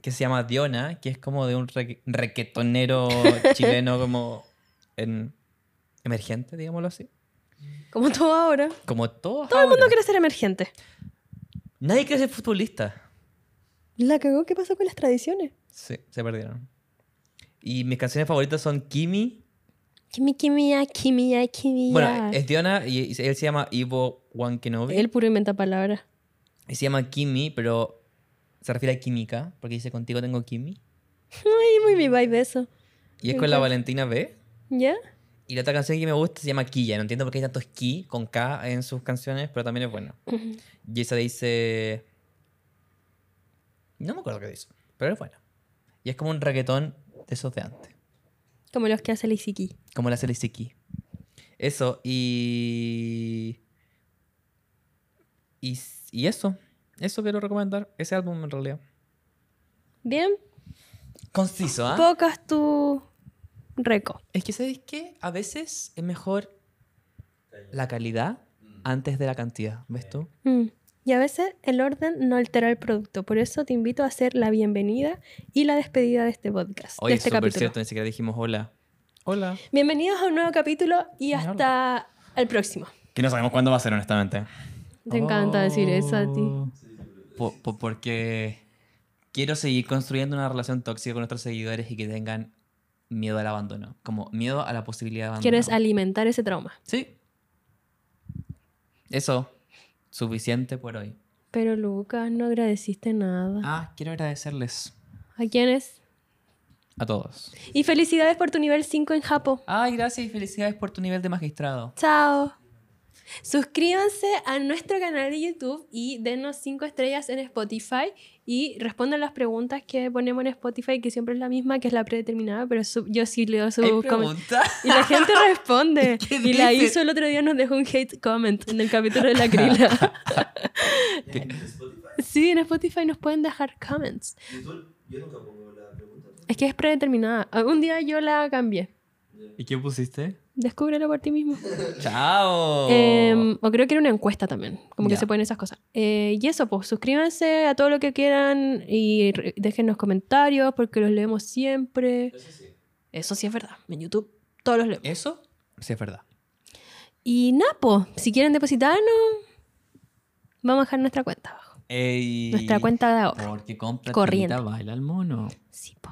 que se llama Diona, que es como de un reque- requetonero chileno como en emergente, digámoslo así.
Como todo ahora.
Como todos
Todo el mundo
ahora.
quiere ser emergente.
Nadie quiere ser futbolista.
La cagó, ¿qué pasó con las tradiciones?
Sí, se perdieron. Y mis canciones favoritas son Kimi.
Kimi, Kimi, ya, Kimi, ya, Kimi. ya.
Bueno, es Diona y y él se llama Ivo Wan Kenobi.
Él puro inventa palabras.
Y se llama Kimi, pero se refiere a química, porque dice contigo tengo Kimi.
Ay, muy mi vibe eso.
Y es
Me
con la
encanta.
Valentina B.
¿Ya?
Y la otra canción que me gusta se llama Quilla. No entiendo por qué hay tantos Ki con K en sus canciones, pero también es buena. Y esa dice. No me acuerdo qué dice, pero es buena. Y es como un raquetón de esos de antes.
Como los que hace el Isiki.
Como la hace el Isiki. Eso, y... y... y eso. Eso quiero recomendar. Ese álbum, en realidad.
Bien,
Conciso, ¿ah?
pocas tu reco.
Es que, ¿sabéis qué? A veces es mejor
Calla.
la calidad antes de la cantidad, ¿ves tú?
Mm. Y a veces el orden no altera el producto. Por eso te invito a hacer la bienvenida y la despedida de este podcast,
Oye,
de
es
este
súper
capítulo.
cierto. Ni siquiera dijimos hola. Hola.
Bienvenidos a un nuevo capítulo y hasta el próximo.
Que no sabemos cuándo va a ser, honestamente.
Te encanta decir eso a
Oh,
ti.
porque quiero seguir construyendo una relación tóxica con nuestros seguidores y que tengan miedo al abandono. Como miedo a la posibilidad de abandono.
Quieres alimentar ese trauma.
Sí. Eso. Suficiente por hoy.
Pero Lucas, no agradeciste nada.
Ah, quiero agradecerles
¿A quiénes?
a todos.
Y felicidades por tu nivel 5 en Japón.
Ay, gracias y felicidades por tu nivel de magistrado.
Chao. Suscríbanse a nuestro canal de YouTube y denos 5 estrellas en Spotify y respondan las preguntas que ponemos en Spotify, que siempre es la misma, que es la predeterminada, pero su- yo sí leo sus
¿Hay
comentarios.
pregunta?
Y la gente responde.
¿Qué
Y la
dice?
hizo el otro día, nos dejó un hate comment en el capítulo de la grila.
¿En Spotify?
Sí, en Spotify nos pueden dejar comments.
¿YouTube? Yo nunca pongo la pregunta. ¿no?
Es que es predeterminada. Un día yo la cambié.
¿Y qué pusiste?
Descúbrelo por ti mismo.
¡Chao!
Em, o creo que era una encuesta también, como
Oh. Ya.
que se ponen esas cosas. Eh, y eso, pues suscríbanse a todo lo que quieran y re- déjennos comentarios porque los leemos siempre.
Eso sí.
Eso sí es verdad, en YouTube todos los leemos.
¿Eso? Sí, es verdad.
Y Napo, si quieren depositarnos, vamos a dejar nuestra cuenta abajo.
Ey.
Nuestra cuenta de ahorro.
Porque compra
Corriente.
telita, baila el mono.
Sí, po.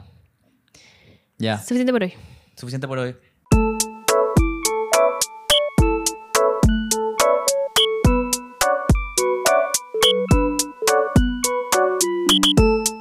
Ya,
Suficiente por hoy.
suficiente por hoy.